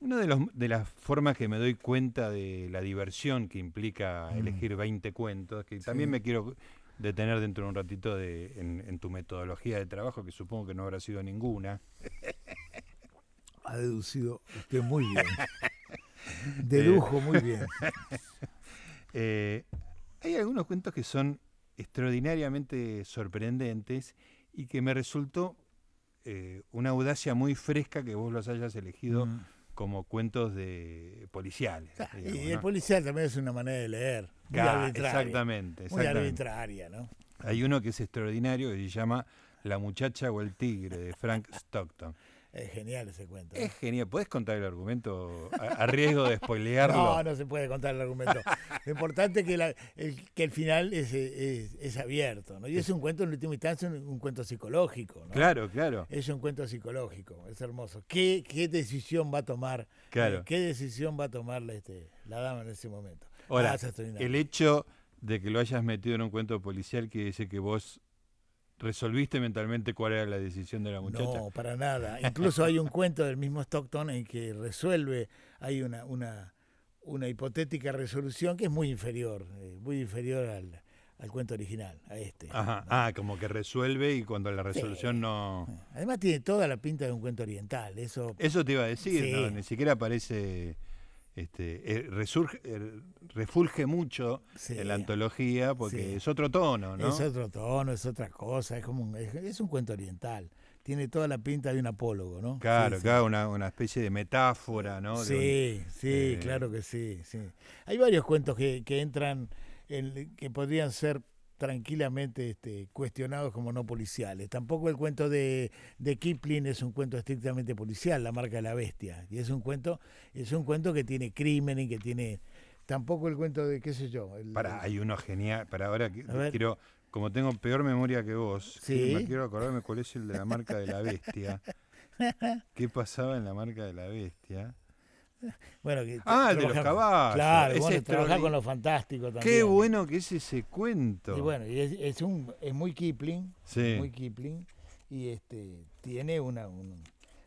A: Una de, los- de las formas que me doy cuenta de la diversión que implica
B: Mm.
A: elegir 20 cuentos, que también
B: Sí.
A: me quiero detener dentro de un ratito de, en, en tu metodología de trabajo, que supongo que no habrá sido ninguna.
B: Ha deducido usted muy bien. Dedujo muy bien.
A: Eh, hay algunos cuentos que son extraordinariamente sorprendentes y que me resultó eh, una audacia muy fresca que vos los hayas elegido
B: Mm.
A: como cuentos de policiales. digamos,
B: Ah, Y el
A: ¿no?
B: policial también es una manera de leer. Muy
A: Ca-
B: arbitraria.
A: exactamente,
B: Muy
A: exactamente.
B: arbitraria, ¿no?
A: Hay uno que es extraordinario y se llama La muchacha o el tigre de Frank Stockton.
B: Es genial ese cuento. ¿no?
A: Es genial. ¿Puedes contar el argumento a, a riesgo de spoilearlo?
B: No, no se puede contar el argumento. Lo importante es que, la- el, que el final es, es- es abierto. ¿no? Y es un cuento, en última instancia, un, un cuento psicológico. ¿no?
A: Claro, claro.
B: Es un cuento psicológico, es hermoso. ¿Qué, qué decisión va a tomar?
A: Claro.
B: eh, ¿Qué decisión va a tomar la, este, la dama en ese momento?
A: Ahora,
B: Ah, esa es una-
A: El hecho de que lo hayas metido en un cuento policial que dice que vos resolviste mentalmente cuál era la decisión de la muchacha.
B: No, para nada. Incluso hay un cuento del mismo Stockton en que resuelve, hay una, una, una hipotética resolución que es muy inferior, eh, muy inferior al, al cuento original, a este.
A: Ajá, ah, como que resuelve y cuando la resolución no...
B: Además tiene toda la pinta de un cuento oriental, eso
A: Eso te iba a decir,
B: Sí.
A: ¿no? Ni siquiera aparece... Este, eh, resurge, eh, refulge mucho
B: Sí.
A: en la antología porque
B: Sí.
A: es otro tono, ¿no?
B: es otro tono, es otra cosa, es como un, es, es un cuento oriental. Tiene toda la pinta de un apólogo, ¿no?
A: Claro,
B: Sí, sí.
A: claro, una, una especie de metáfora, ¿no? De
B: Sí, sí,
A: eh,
B: claro que sí, sí. Hay varios cuentos que, que entran, en- que podrían ser tranquilamente este, cuestionados como no policiales. Tampoco el cuento de, de Kipling es un cuento estrictamente policial, La marca de la bestia. Y es un cuento, es un cuento que tiene crimen y que tiene... Tampoco el cuento de, qué sé yo. el-
A: Para, hay uno genial. Para ahora que-
B: A ver.
A: quiero, como tengo peor memoria que vos,
B: Sí.
A: me quiero acordarme cuál es el de la marca de la bestia. ¿Qué pasaba en la marca de la bestia?
B: bueno, que-
A: Ah, el de los
B: trabaja-
A: caballos.
B: Claro,
A: Es
B: bueno, trabajar
A: extraordin-
B: con lo fantástico también.
A: Qué bueno que es ese cuento.
B: Y bueno, y es, es un, es muy Kipling,
A: Sí.
B: muy Kipling, y este tiene una... Un,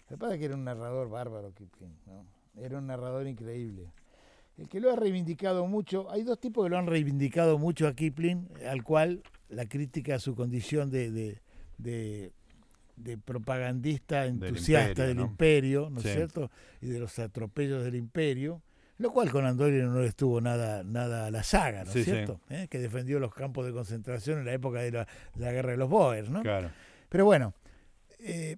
B: lo que pasa es que era un narrador bárbaro Kipling, ¿no? Era un narrador increíble. El que lo ha reivindicado mucho, hay dos tipos que lo han reivindicado mucho a Kipling, al cual la crítica a su condición de, de- de- de propagandista entusiasta
A: imperio,
B: del
A: ¿no?
B: imperio, ¿no es
A: Sí.
B: cierto? Y de los atropellos del imperio, lo cual con Andorio no le estuvo nada, nada a la saga, ¿no es
A: Sí, sí.
B: cierto? ¿Eh? Que defendió los campos de concentración en la época de la, de la guerra de los Boers, ¿no?
A: Claro.
B: Pero bueno, eh,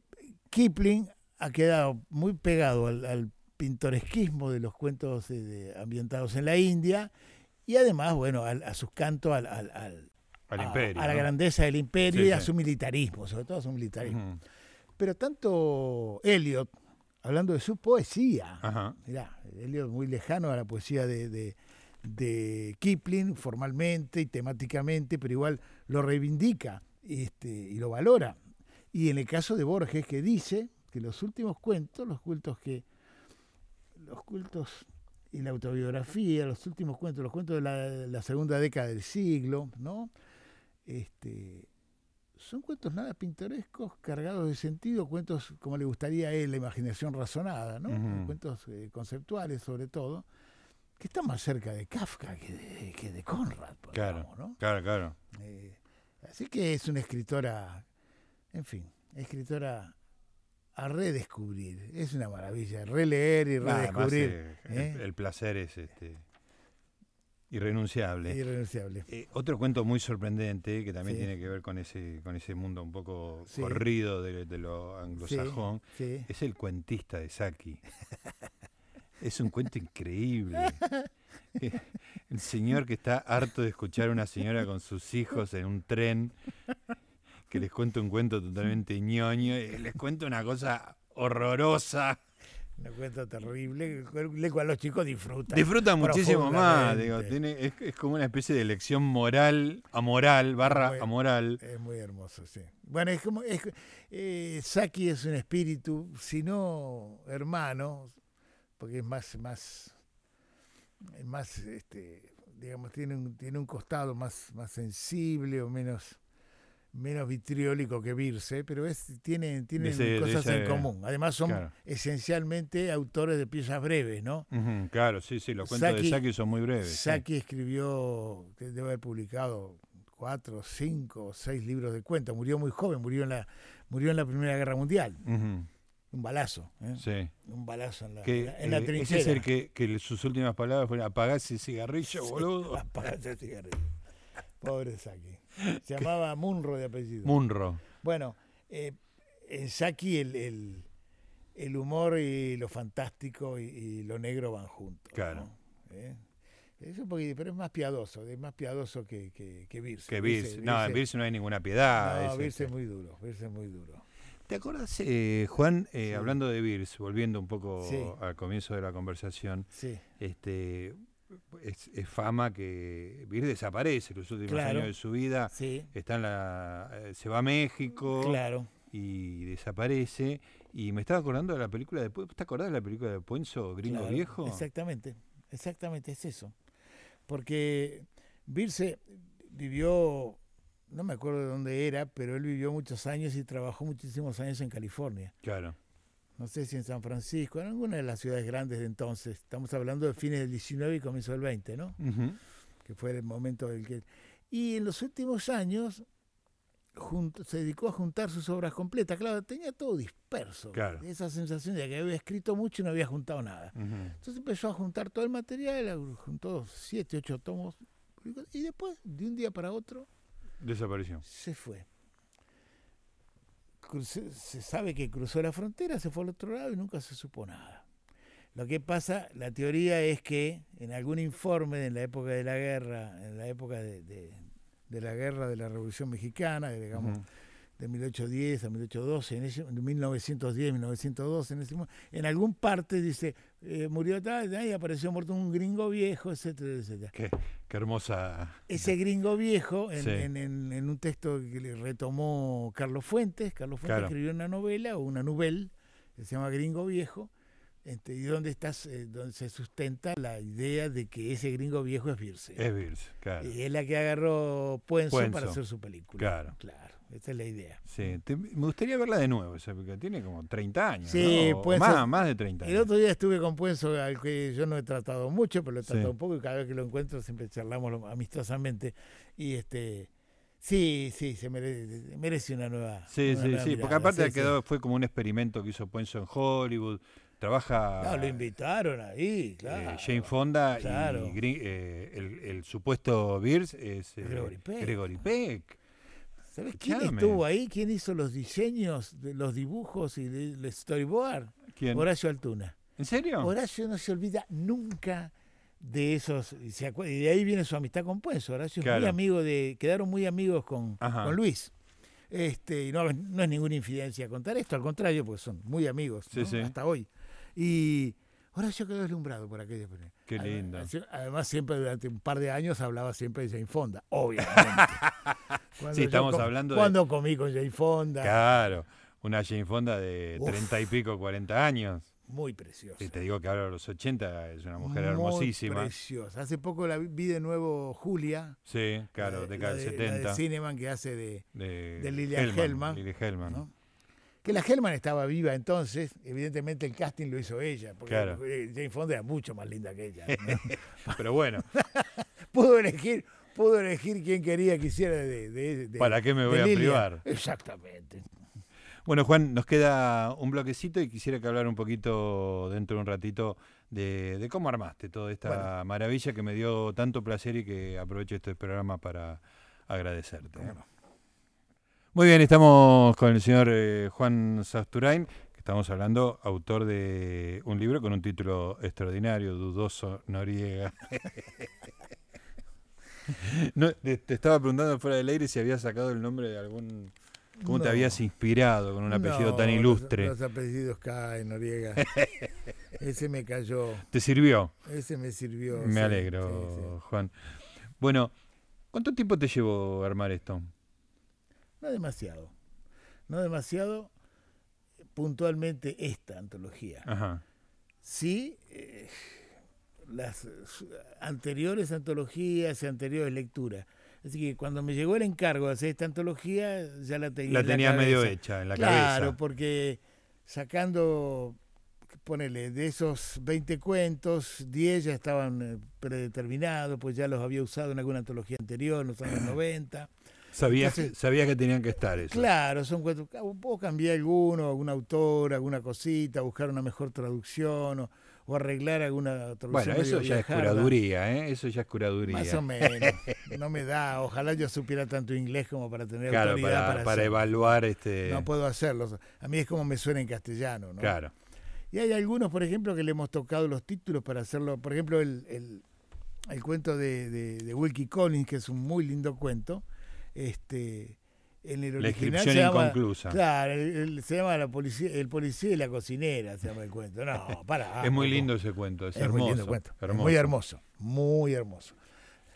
B: Kipling ha quedado muy pegado al, al pintoresquismo de los cuentos eh, de- ambientados en la India y además, bueno, al- a sus cantos al, al- al-
A: Al
B: a,
A: imperio.
B: a la
A: ¿no?
B: grandeza del imperio
A: Sí,
B: y a
A: sí.
B: su militarismo, sobre todo a su militarismo.
A: Ujú.
B: Pero tanto Eliot, hablando de su poesía,
A: Ajá.
B: Mirá, Eliot muy lejano a la poesía de, de- de Kipling, formalmente y temáticamente, pero igual lo reivindica este, y lo valora. Y en el caso de Borges, que dice que los últimos cuentos, los cuentos que. los cultos y la autobiografía, los últimos cuentos, los cuentos de la, la segunda década del siglo, ¿no? Este, son cuentos nada pintorescos, cargados de sentido, cuentos como le gustaría a él, la imaginación razonada, ¿no?
A: Ujú.
B: Cuentos eh, conceptuales sobre todo, que están más cerca de Kafka que de, que de Conrad, por
A: Claro.
B: ejemplo, ¿no?
A: Claro, claro.
B: Eh, así que es una escritora, en fin, escritora a redescubrir. Es una maravilla, releer y
A: Nada más,
B: redescubrir.
A: eh, el-
B: ¿eh?
A: el, placer es este irrenunciable.
B: Irrenunciable.
A: Eh, otro cuento muy sorprendente que también
B: Sí.
A: tiene que ver con ese, con ese mundo un poco
B: Sí.
A: corrido de, de lo anglosajón
B: Sí.
A: es El cuentista de Saki. es un cuento increíble. El señor que está harto de escuchar a una señora con sus hijos en un tren que les cuenta un cuento totalmente ñoño y les cuenta una cosa horrorosa.
B: Una cuenta terrible, le cual los chicos disfrutan.
A: Disfruta muchísimo más, digo,
B: profundamente.
A: tiene- es, es como una especie de elección moral, amoral, barra
B: Bueno.
A: amoral.
B: Es muy hermoso, sí. Bueno, es como. Es, eh, Saki es un espíritu, si no hermano, porque es más. más, es más este, digamos, tiene un, tiene un costado más, más sensible o menos menos vitriólico que Virse, pero es, tienen, tienen
A: ese- de
B: cosas en
A: ese-
B: común. Además son
A: claro.
B: esencialmente autores de piezas breves, ¿no?
A: Ujú, claro, sí, sí, los cuentos
B: Saki-
A: de Saki son muy breves. sí.
B: Saki escribió, que debe haber publicado cuatro, cinco, seis libros de cuentos. Murió muy joven, murió en la, murió en la Primera Guerra Mundial.
A: Ujú,
B: Un balazo, ¿eh?
A: sí.
B: un balazo en la,
A: Que,
B: en la- en
A: eh,
B: la
A: ese
B: trinchera.
A: es el que, que le- sus últimas palabras fueron apagá ese cigarrillo, boludo.
B: Apagate el cigarrillo. Pobre Saki. Se llamaba Munro de apellido.
A: Munro.
B: bueno, eh, en Saki el, el- el humor y lo fantástico y, y lo negro van juntos.
A: Claro.
B: ¿no? ¿Eh? Es un poquito- pero es más piadoso, es más piadoso que, que, que Birse.
A: Que Birse. No, en
B: Birse-
A: Birse no hay ninguna piedad. este.
B: No,
A: ese-
B: Birse es muy duro, Birse es muy duro.
A: ¿Te acordás, eh, Juan, eh,
B: Sí.
A: hablando de Birse, volviendo un poco
B: Sí.
A: al comienzo de la conversación,
B: Sí,
A: este es, es fama que Birse desaparece los últimos
B: Claro.
A: años de su vida.
B: sí,
A: Está en la, eh, se va a México
B: claro.
A: y desaparece. Y me estaba acordando de la película de... Pu- ¿Te acordás de la película de Puenzo, Gringo
B: claro,
A: Viejo?
B: Exactamente, exactamente es eso. Porque Birse vivió, no me acuerdo de dónde era, pero él vivió muchos años y trabajó muchísimos años en California.
A: Claro.
B: No sé si en San Francisco, en alguna de las ciudades grandes de entonces. Estamos hablando de fines del 19 y comienzo del 20, ¿no?
A: Ujú.
B: que fue el momento del que... Y en los últimos años jun- se dedicó a juntar sus obras completas. Claro, tenía todo disperso.
A: Claro.
B: Esa sensación de que había escrito mucho y no había juntado nada.
A: Ujú.
B: Entonces empezó a juntar todo el material, a- juntó siete, ocho tomos. Y después, de un día para otro,
A: Desapareció.
B: se fue. Crucé- se sabe que cruzó la frontera, se fue al otro lado y nunca se supo nada. Lo que pasa, la teoría es que en algún informe en la época de la guerra, en la época de, de- de la guerra de la Revolución Mexicana, de, digamos,
A: Ujú.
B: de 1810 a 1812, en ese, de 1910, 1912, en, ese mo- en algún parte dice, eh, murió tal, y apareció muerto un gringo viejo, etcétera, etcétera.
A: Qué, qué hermosa.
B: Ese gringo viejo, en,
A: Sí.
B: en- en- en un texto que le retomó Carlos Fuentes, Carlos Fuentes
A: Claro.
B: escribió una novela o una novel que se llama Gringo Viejo, este, y donde, estás, eh, donde se sustenta la idea de que ese gringo viejo es Birse.
A: Es Birse, claro.
B: Y es la que agarró Puenzo,
A: Puenzo.
B: para hacer su película.
A: Claro.
B: Claro, esa es la idea.
A: Sí, te- me gustaría verla de nuevo, esa, porque tiene como 30 años.
B: Sí,
A: ¿no? O
B: puede
A: más,
B: ser.
A: más de 30
B: El
A: años.
B: otro día estuve con Puenzo, al que yo no he tratado mucho, pero lo he
A: Sí.
B: tratado un poco y cada vez que lo encuentro siempre charlamos lo- amistosamente. Y este, sí, sí, se merece, merece una nueva.
A: Sí,
B: una
A: sí,
B: nueva
A: sí, porque
B: mirada,
A: aparte
B: sí, sí.
A: quedó, fue como un experimento que hizo Puenzo en Hollywood. Trabaja
B: No, lo
A: eh,
B: invitaron ahí, claro.
A: Jane Fonda
B: Claro.
A: y Gri- eh, el, el supuesto Birse es eh,
B: Gregory Peck.
A: Gregory Peck.
B: ¿Sabes quién
A: Escuchame.
B: estuvo ahí? ¿Quién hizo los diseños, de los dibujos y de- el storyboard?
A: ¿Quién?
B: Horacio Altuna.
A: ¿En serio?
B: Horacio no se olvida nunca de esos. y se acuer- y de ahí viene su amistad con Puenzo. Horacio es muy
A: Claro.
B: amigo de. Quedaron muy amigos con,
A: Ajá.
B: con Luis. Este, y no, no es ninguna infidencia contar esto, al contrario, porque son muy amigos
A: Sí,
B: ¿no?
A: sí.
B: hasta hoy. Y Horacio quedó deslumbrado por aquella pelea.
A: Qué
B: Además-
A: lindo.
B: Además, siempre durante un par de años hablaba siempre de Jane Fonda, obviamente. Cuando
A: Sí,
B: yo
A: estamos
B: com-
A: hablando de-
B: Cuando comí con Jane Fonda,
A: Claro, una Jane Fonda de
B: Uf.
A: 30 y pico, 40 años.
B: muy preciosa.
A: Y te digo que ahora a los 80 es una mujer
B: Muy
A: hermosísima.
B: Preciosa. Hace poco la vi- vi de nuevo Julia.
A: Sí, claro,
B: la de-
A: década
B: la
A: del
B: de- la
A: 70.
B: de Cineman que hace de.
A: de,
B: de Lilian Hellman,
A: Lily Hellman.
B: ¿no? Que la Hellman estaba viva entonces, evidentemente el casting lo hizo ella, porque
A: Claro.
B: eh, Jane Fonda era mucho más linda que ella. ¿no?
A: Pero bueno,
B: pudo elegir, pudo elegir quién quería que hiciera de, de- de-
A: ¿Para qué me
B: de
A: voy a
B: Lilian.
A: privar?
B: Exactamente.
A: bueno Juan, nos queda un bloquecito y quisiera que hablar un poquito dentro de un ratito de, de cómo armaste toda esta
B: Bueno.
A: maravilla que me dio tanto placer y que aprovecho este programa para agradecerte. ¿eh? Muy bien, estamos con el señor eh, Juan Sasturain, que Estamos hablando autor de un libro con un título extraordinario, Dudoso Noriega. No, te, te estaba preguntando fuera del aire si habías sacado el nombre de algún... ¿Cómo te
B: No.
A: habías inspirado con un apellido
B: No,
A: tan
B: los-
A: ilustre?
B: Los, apellidos caen, Noriega. ese me cayó,
A: ¿Te sirvió?
B: ese me sirvió.
A: Me
B: sí,
A: alegro,
B: sí, sí.
A: Juan. Bueno, ¿cuánto tiempo te llevó armar esto?
B: No demasiado. No demasiado puntualmente esta antología.
A: Ajá.
B: Sí, eh, las eh, anteriores antologías y anteriores lecturas. Así que cuando me llegó el encargo de hacer esta antología, ya la tenía.
A: La
B: en
A: tenías medio
B: cabeza.
A: hecha en la
B: claro,
A: cabeza.
B: porque sacando, ponele, de esos 20 cuentos, 10 ya estaban eh, predeterminados, pues ya los había usado en alguna antología anterior, en los años 90.
A: Sabías,
B: entonces-
A: sabías que tenían que estar eso.
B: Claro, son cuentos. ah, Vos cambiar alguno, algún autor, alguna cosita, buscar una mejor traducción o, o arreglar alguna traducción.
A: Bueno,
B: medio
A: eso ya es
B: viejarda.
A: curaduría, ¿eh? Eso ya es curaduría.
B: Más o menos. No me da. Ojalá yo supiera tanto inglés como para tener
A: claro,
B: autoridad
A: para,
B: para,
A: para
B: hacerlo.
A: evaluar este...
B: No puedo hacerlo. A mí es como me suena en castellano. ¿no?
A: Claro.
B: Y hay algunos, por ejemplo, que le hemos tocado los títulos para hacerlo. Por ejemplo, el, el- el cuento de, de, de Wilkie Collins, que es un muy lindo cuento. Este, en el
A: La
B: original
A: inscripción
B: se llama,
A: inconclusa.
B: Claro, el- el- se llama la policía, El policía y la cocinera, se llama el cuento. ah, No, para.
A: es muy lindo ese cuento, es, hermoso.
B: muy lindo cuento. Es
A: hermoso.
B: Muy hermoso, muy hermoso.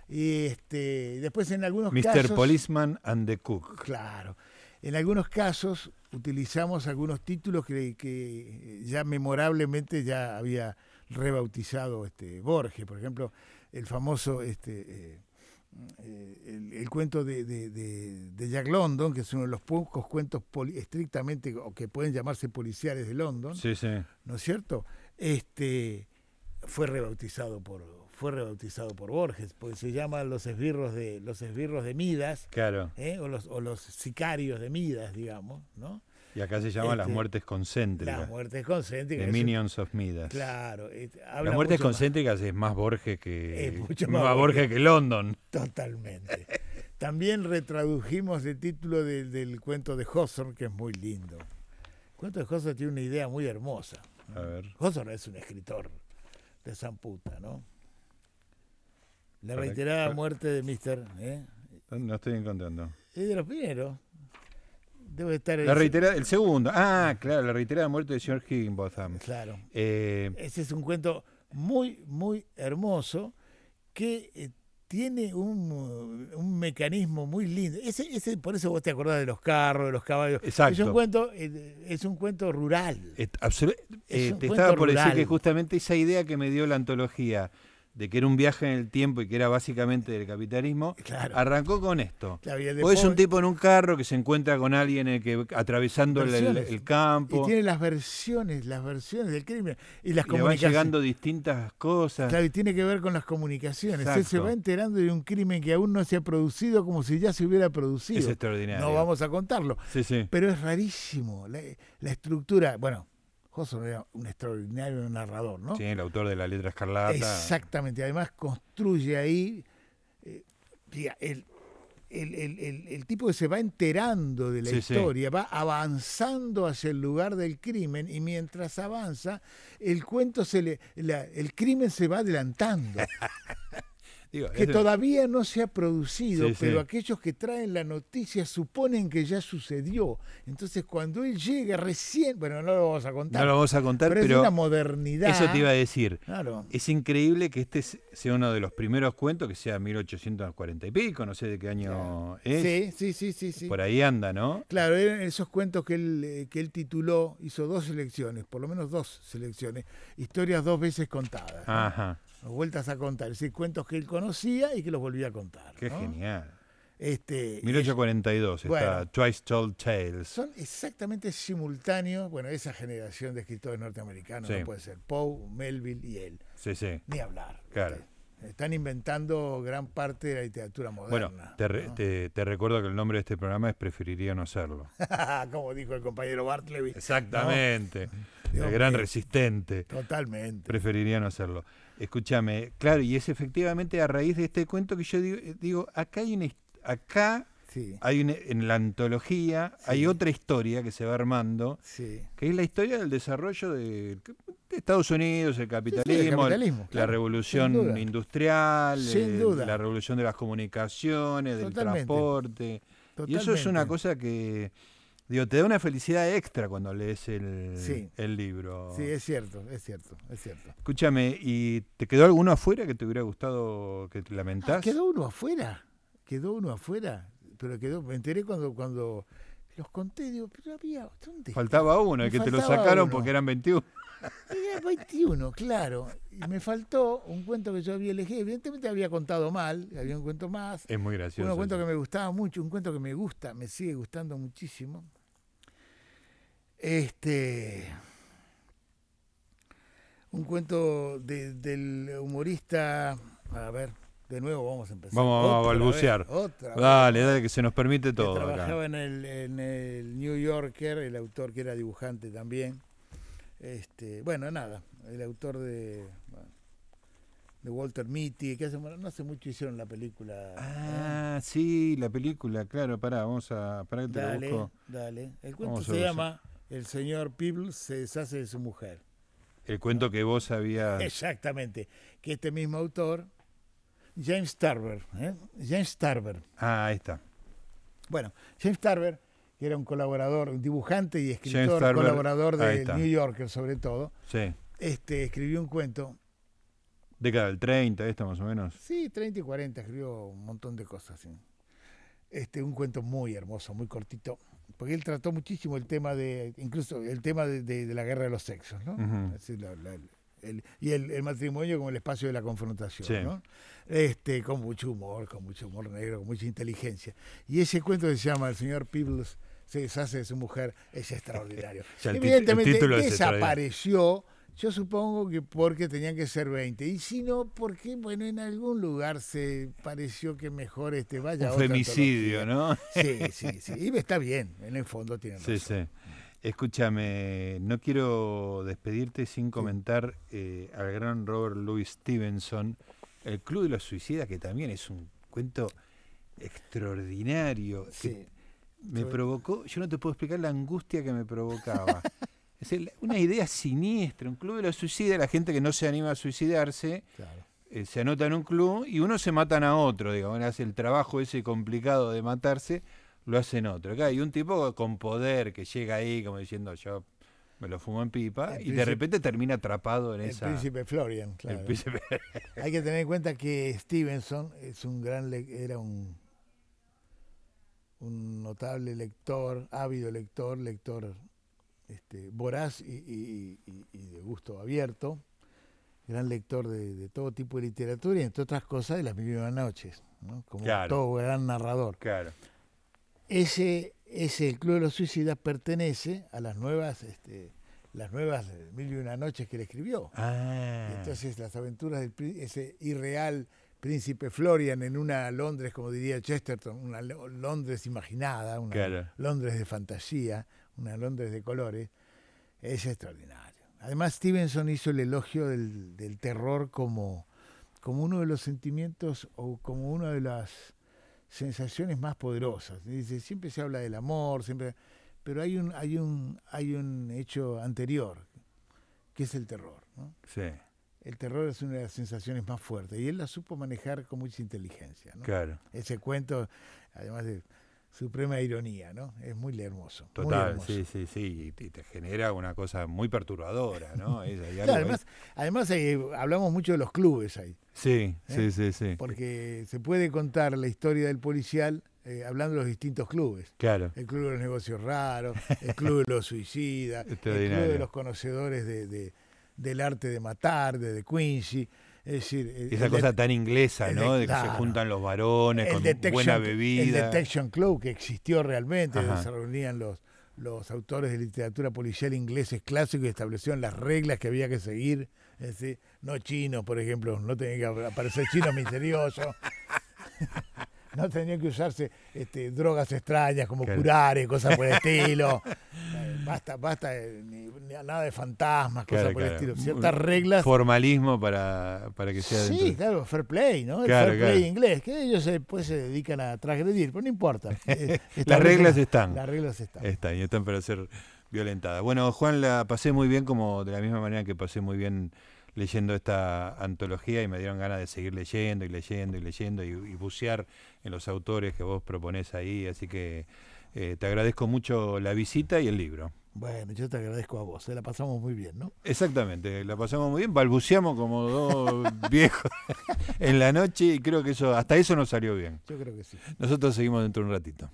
B: Y este, después en algunos
A: Mr.
B: casos.
A: Policeman and the Cook.
B: Claro. En algunos casos utilizamos algunos títulos que, que ya memorablemente ya había rebautizado este Borges, por ejemplo, el famoso este eh, eh, el, el cuento de, de- de- de Jack London, que es uno de los pocos cuentos poli- estrictamente o que pueden llamarse policiales de London,
A: Sí, sí.
B: ¿no es cierto? Este fue rebautizado por fue rebautizado por Borges, porque se llama Los esbirros de los esbirros de Midas
A: Claro.
B: ¿eh? o, los, o los sicarios de Midas, digamos, ¿no?
A: Y acá se llama Las
B: Este,
A: Muertes
B: Las
A: Concéntricas.
B: muertes concéntricas.
A: The
B: es un-
A: Minions of Midas.
B: Claro. eh, habla
A: Las muertes
B: mucho más-
A: concéntricas es más Borges que.
B: Es mucho
A: más
B: más
A: Borges que London.
B: Totalmente. También retradujimos el título del- del cuento de Hawthorne, que es muy lindo. El cuento de Hawthorne tiene una idea muy hermosa.
A: A ver.
B: Hawthorne es un escritor de San Puta, ¿no? La
A: Para-
B: reiterada
A: para-
B: muerte de Mister... ¿eh?
A: No estoy encontrando.
B: Es de los primeros. Debe estar...
A: La
B: ese-
A: reiterada, el segundo. Ah, claro, la reiterada muerte de George Higginbotham.
B: Claro.
A: Eh,
B: Ese es un cuento muy, muy hermoso que eh, tiene un, uh, un mecanismo muy lindo. Ese, ese, por eso vos te acordás de los carros, de los caballos. Es un
A: Exacto.
B: cuento, eh, es un cuento rural.
A: et- absolu- eh,
B: un
A: te
B: cuento
A: estaba por decir
B: rural.
A: que justamente esa idea que me dio la antología de que era un viaje en el tiempo y que era básicamente del capitalismo,
B: Eh, Claro.
A: arrancó con esto.
B: Claro, y el de
A: O Pues es un
B: pobre-
A: tipo en un carro que se encuentra con alguien en el que, atravesando el, el-
B: Versiones.
A: el campo
B: Y tiene las versiones, las versiones del crimen
A: y
B: y las
A: le van
B: comunicaciones.
A: llegando distintas cosas.
B: Claro, y tiene que ver con las comunicaciones. Él se
A: Exacto.
B: va enterando de un crimen que aún no se ha producido como si ya se hubiera
A: Es
B: producido.
A: extraordinario.
B: No vamos a contarlo.
A: Sí, sí.
B: Pero es rarísimo. La, la estructura. Bueno, Hawthorne era un extraordinario narrador, ¿no?
A: Sí, el autor de la letra escarlata.
B: Exactamente. Además, construye ahí. eh, diga, el, el- el- el- el tipo que se va enterando de la
A: Sí, sí.
B: historia, va avanzando hacia el lugar del crimen y mientras avanza, el cuento se le. la- el crimen se va adelantando.
A: Digo,
B: que
A: es-
B: todavía no se ha producido,
A: Sí, sí.
B: pero aquellos que traen la noticia suponen que ya sucedió. Entonces, cuando él llega recién, bueno, no lo vamos a contar,
A: No lo vamos a contar,
B: pero,
A: pero,
B: es una modernidad.
A: eso te iba a decir.
B: Claro.
A: Es increíble que este se- sea uno de los primeros cuentos, que sea 1840 y pico, no sé de qué año es.
B: Sí, sí, sí, sí, sí.
A: Por ahí anda, ¿no?
B: Claro, eran esos cuentos que él, eh, que él tituló, hizo dos selecciones, por lo menos dos selecciones, historias dos veces contadas, ¿no?
A: Ajá,
B: O vueltas a contar, es decir, cuentos que él conocía y que los volvía a contar.
A: qué
B: ¿no?
A: genial.
B: Este,
A: 1842 está
B: Bueno.
A: Twice Told Tales.
B: Son exactamente simultáneos, bueno, esa generación de escritores norteamericanos,
A: Sí.
B: no puede ser Poe, Melville y él,
A: Sí, sí.
B: ni hablar. Este,
A: Claro.
B: Están inventando gran parte de la literatura
A: Bueno,
B: moderna.
A: te, re-
B: ¿no?
A: te- te recuerdo que el nombre de este programa es Preferiría no serlo.
B: Como dijo el compañero Bartleby.
A: Exactamente.
B: Dios
A: El gran
B: mío.
A: resistente.
B: Totalmente.
A: Preferiría no hacerlo. eh, Escúchame, claro, y es efectivamente a raíz de este cuento que yo digo, digo, acá hay una his- acá
B: Sí,
A: Hay una- en la antología hay otra historia que se va armando,
B: sí.
A: que es la historia del desarrollo de, de Estados Unidos, el capitalismo, el-
B: capitalismo, claro,
A: la revolución
B: sin duda.
A: industrial,
B: Sin
A: el-
B: duda.
A: la revolución de las comunicaciones, del
B: Totalmente.
A: transporte. Y eso es una cosa que digo, te da una felicidad extra cuando lees el,
B: Sí.
A: el libro.
B: Sí, es cierto, es cierto, es cierto.
A: Escúchame, ¿y te quedó alguno afuera que te hubiera gustado que te lamentás?
B: Ah, quedó uno afuera, quedó uno afuera, pero quedó, me enteré cuando, cuando los conté, digo, pero había, ¿dónde?
A: Faltaba uno,
B: Me
A: y que te lo
B: faltaba
A: sacaron
B: uno.
A: porque eran 21.
B: Era 21, claro. Y me faltó un cuento que yo había elegido, evidentemente había contado mal, había un cuento más,
A: Es muy gracioso.
B: Un cuento
A: eso.
B: que me gustaba mucho, un cuento que me gusta, me sigue gustando muchísimo. Este. Un cuento de- del humorista. A ver, de nuevo vamos a empezar.
A: Vamos, vamos a
B: Otra vez,
A: balbucear.
B: otra vez.
A: Dale, dale, que se nos permite
B: Que
A: todo acá.
B: trabajaba en el, en el New Yorker, el autor que era dibujante también. Este, bueno, nada, el autor de, bueno, de Walter Mitty, que hace, no hace mucho hicieron la película. ¿eh?
A: Ah, sí, la película, claro, pará, vamos a. Pará que te lo
B: Dale,
A: busco.
B: dale. El cuento
A: Vamos a
B: se
A: ver,
B: llama El señor Peebles se deshace de su mujer.
A: El cuento que vos habías.
B: Exactamente. Que este mismo autor, James Tarver. ¿eh? James Tarver.
A: Ah, ahí está.
B: Bueno, James Tarver, que era un colaborador, un dibujante y escritor,
A: Tarver,
B: colaborador
A: ahí
B: del
A: está.
B: New Yorker sobre todo,
A: Sí.
B: este, escribió un cuento.
A: Década del 30, esto más o menos.
B: Sí, 30 y 40, escribió un montón de cosas. sí. Este, un cuento muy hermoso, muy cortito. Porque él trató muchísimo el tema de, incluso el tema de, de- de la guerra de los sexos, ¿no?
A: Ujú.
B: Así la- la- el- y el, el matrimonio como el espacio de la confrontación,
A: Sí.
B: ¿no? Este, con mucho humor, con mucho humor negro, con mucha inteligencia. Y ese cuento que se llama El señor Peebles se deshace de su mujer, es extraordinario.
A: sea, el tit- el
B: Evidentemente
A: título es
B: desapareció, yo supongo que porque tenían que ser 20. Y si no, porque, bueno, en algún lugar se pareció que mejor este vaya a
A: Un
B: otra
A: femicidio,
B: antología.
A: ¿no?
B: Sí, sí, sí. Y está bien, en el fondo tienen
A: Sí,
B: razón.
A: sí. Escúchame, no quiero despedirte sin comentar eh, al gran Robert Louis Stevenson, El Club de los Suicidas, que también es un cuento extraordinario. que
B: Sí.
A: me
B: sobre-
A: provocó, yo no te puedo explicar la angustia que me provocaba. es el- una idea siniestra, un club de los suicidas, la gente que no se anima a suicidarse,
B: Claro.
A: eh, se anota en un club y unos se matan a otro, digamos, hace el trabajo ese complicado de matarse, lo hacen otro. Acá hay un tipo con poder que llega ahí como diciendo yo me lo fumo en pipa
B: El
A: y de
B: príncipe-
A: repente termina atrapado en
B: El
A: esa.
B: príncipe Florian,
A: el
B: claro.
A: príncipe-
B: Hay que tener en cuenta que Stevenson es un gran le- era un un notable lector, ávido lector, lector este, voraz y, y- y- y de gusto abierto, gran lector de, de todo tipo de literatura y entre otras cosas de las mil y una noches, ¿no? como
A: Claro.
B: todo gran narrador.
A: claro.
B: Ese, ese el Club de los Suicidas pertenece a las nuevas, este, las nuevas eh, mil y una noches que él escribió.
A: Ah,
B: Y Entonces las aventuras de ese irreal príncipe Florian en una Londres, como diría Chesterton, una Lo- Londres imaginada, una
A: Claro.
B: Londres de fantasía, una Londres de colores, es extraordinario. Además Stevenson hizo el elogio del, del terror como, como uno de los sentimientos o como una de las sensaciones más poderosas. Dice, siempre se habla del amor, siempre, pero hay un, hay un, hay un hecho anterior, que es el terror. ¿no?
A: sí,
B: El terror es una de las sensaciones más fuertes y él la supo manejar con mucha inteligencia. ¿no?
A: claro.
B: Ese cuento, además de suprema ironía, ¿no? Es muy hermoso. muy
A: Total,
B: hermoso.
A: sí, sí, sí. Y, y te genera una cosa muy perturbadora, ¿no? Es- hay algo
B: Claro,
A: ahí.
B: además, además eh, hablamos mucho de los clubes ahí,
A: sí,
B: ¿eh?
A: sí, sí, sí.
B: porque se puede contar la historia del policial eh, hablando de los distintos clubes.
A: Claro.
B: El club de los negocios raros, el club de los suicidas, el club de
A: Extraordinario.
B: los conocedores de, de- del arte de matar, de, de Quincy. Es decir, el-
A: Esa
B: el
A: cosa
B: de-
A: tan inglesa,
B: el
A: ¿no?
B: de-
A: De que se
B: claro.
A: juntan los varones con
B: Detection-
A: buena
B: el
A: bebida.
B: Detection Club que existió realmente, donde
A: Ajá.
B: se reunían los, los autores de literatura policial ingleses clásicos y establecieron las reglas que había que seguir. Es decir, no chinos, por ejemplo, no tenían que aparecer chinos misteriosos. No tenían que usarse este, drogas extrañas como
A: Claro.
B: curare, cosas por el estilo. Eh, Basta, basta, de- ni- ni- nada de fantasmas,
A: Claro,
B: cosas por el
A: claro. Mm,
B: estilo. Ciertas
A: Un
B: reglas.
A: Formalismo para, para que sea
B: Sí,
A: dentro.
B: claro, fair play, ¿no? El
A: Claro,
B: fair play
A: claro.
B: inglés, que ellos se- después se dedican a transgredir, pero no importa. Eh,
A: Las
B: establecen-
A: reglas están.
B: Las reglas están.
A: Están, y están para ser violentadas. Bueno, Juan, la pasé muy bien, como de la misma manera que pasé muy bien leyendo esta antología y me dieron ganas de seguir leyendo y leyendo y leyendo y, y bucear en los autores que vos proponés ahí. Así que eh, te agradezco mucho la visita y el libro.
B: Bueno, yo te agradezco a vos, se la pasamos muy bien, ¿no?
A: Exactamente, la pasamos muy bien, balbuceamos como dos viejos en la noche y creo que eso hasta eso nos salió bien.
B: Yo creo que sí.
A: Nosotros seguimos dentro de un ratito.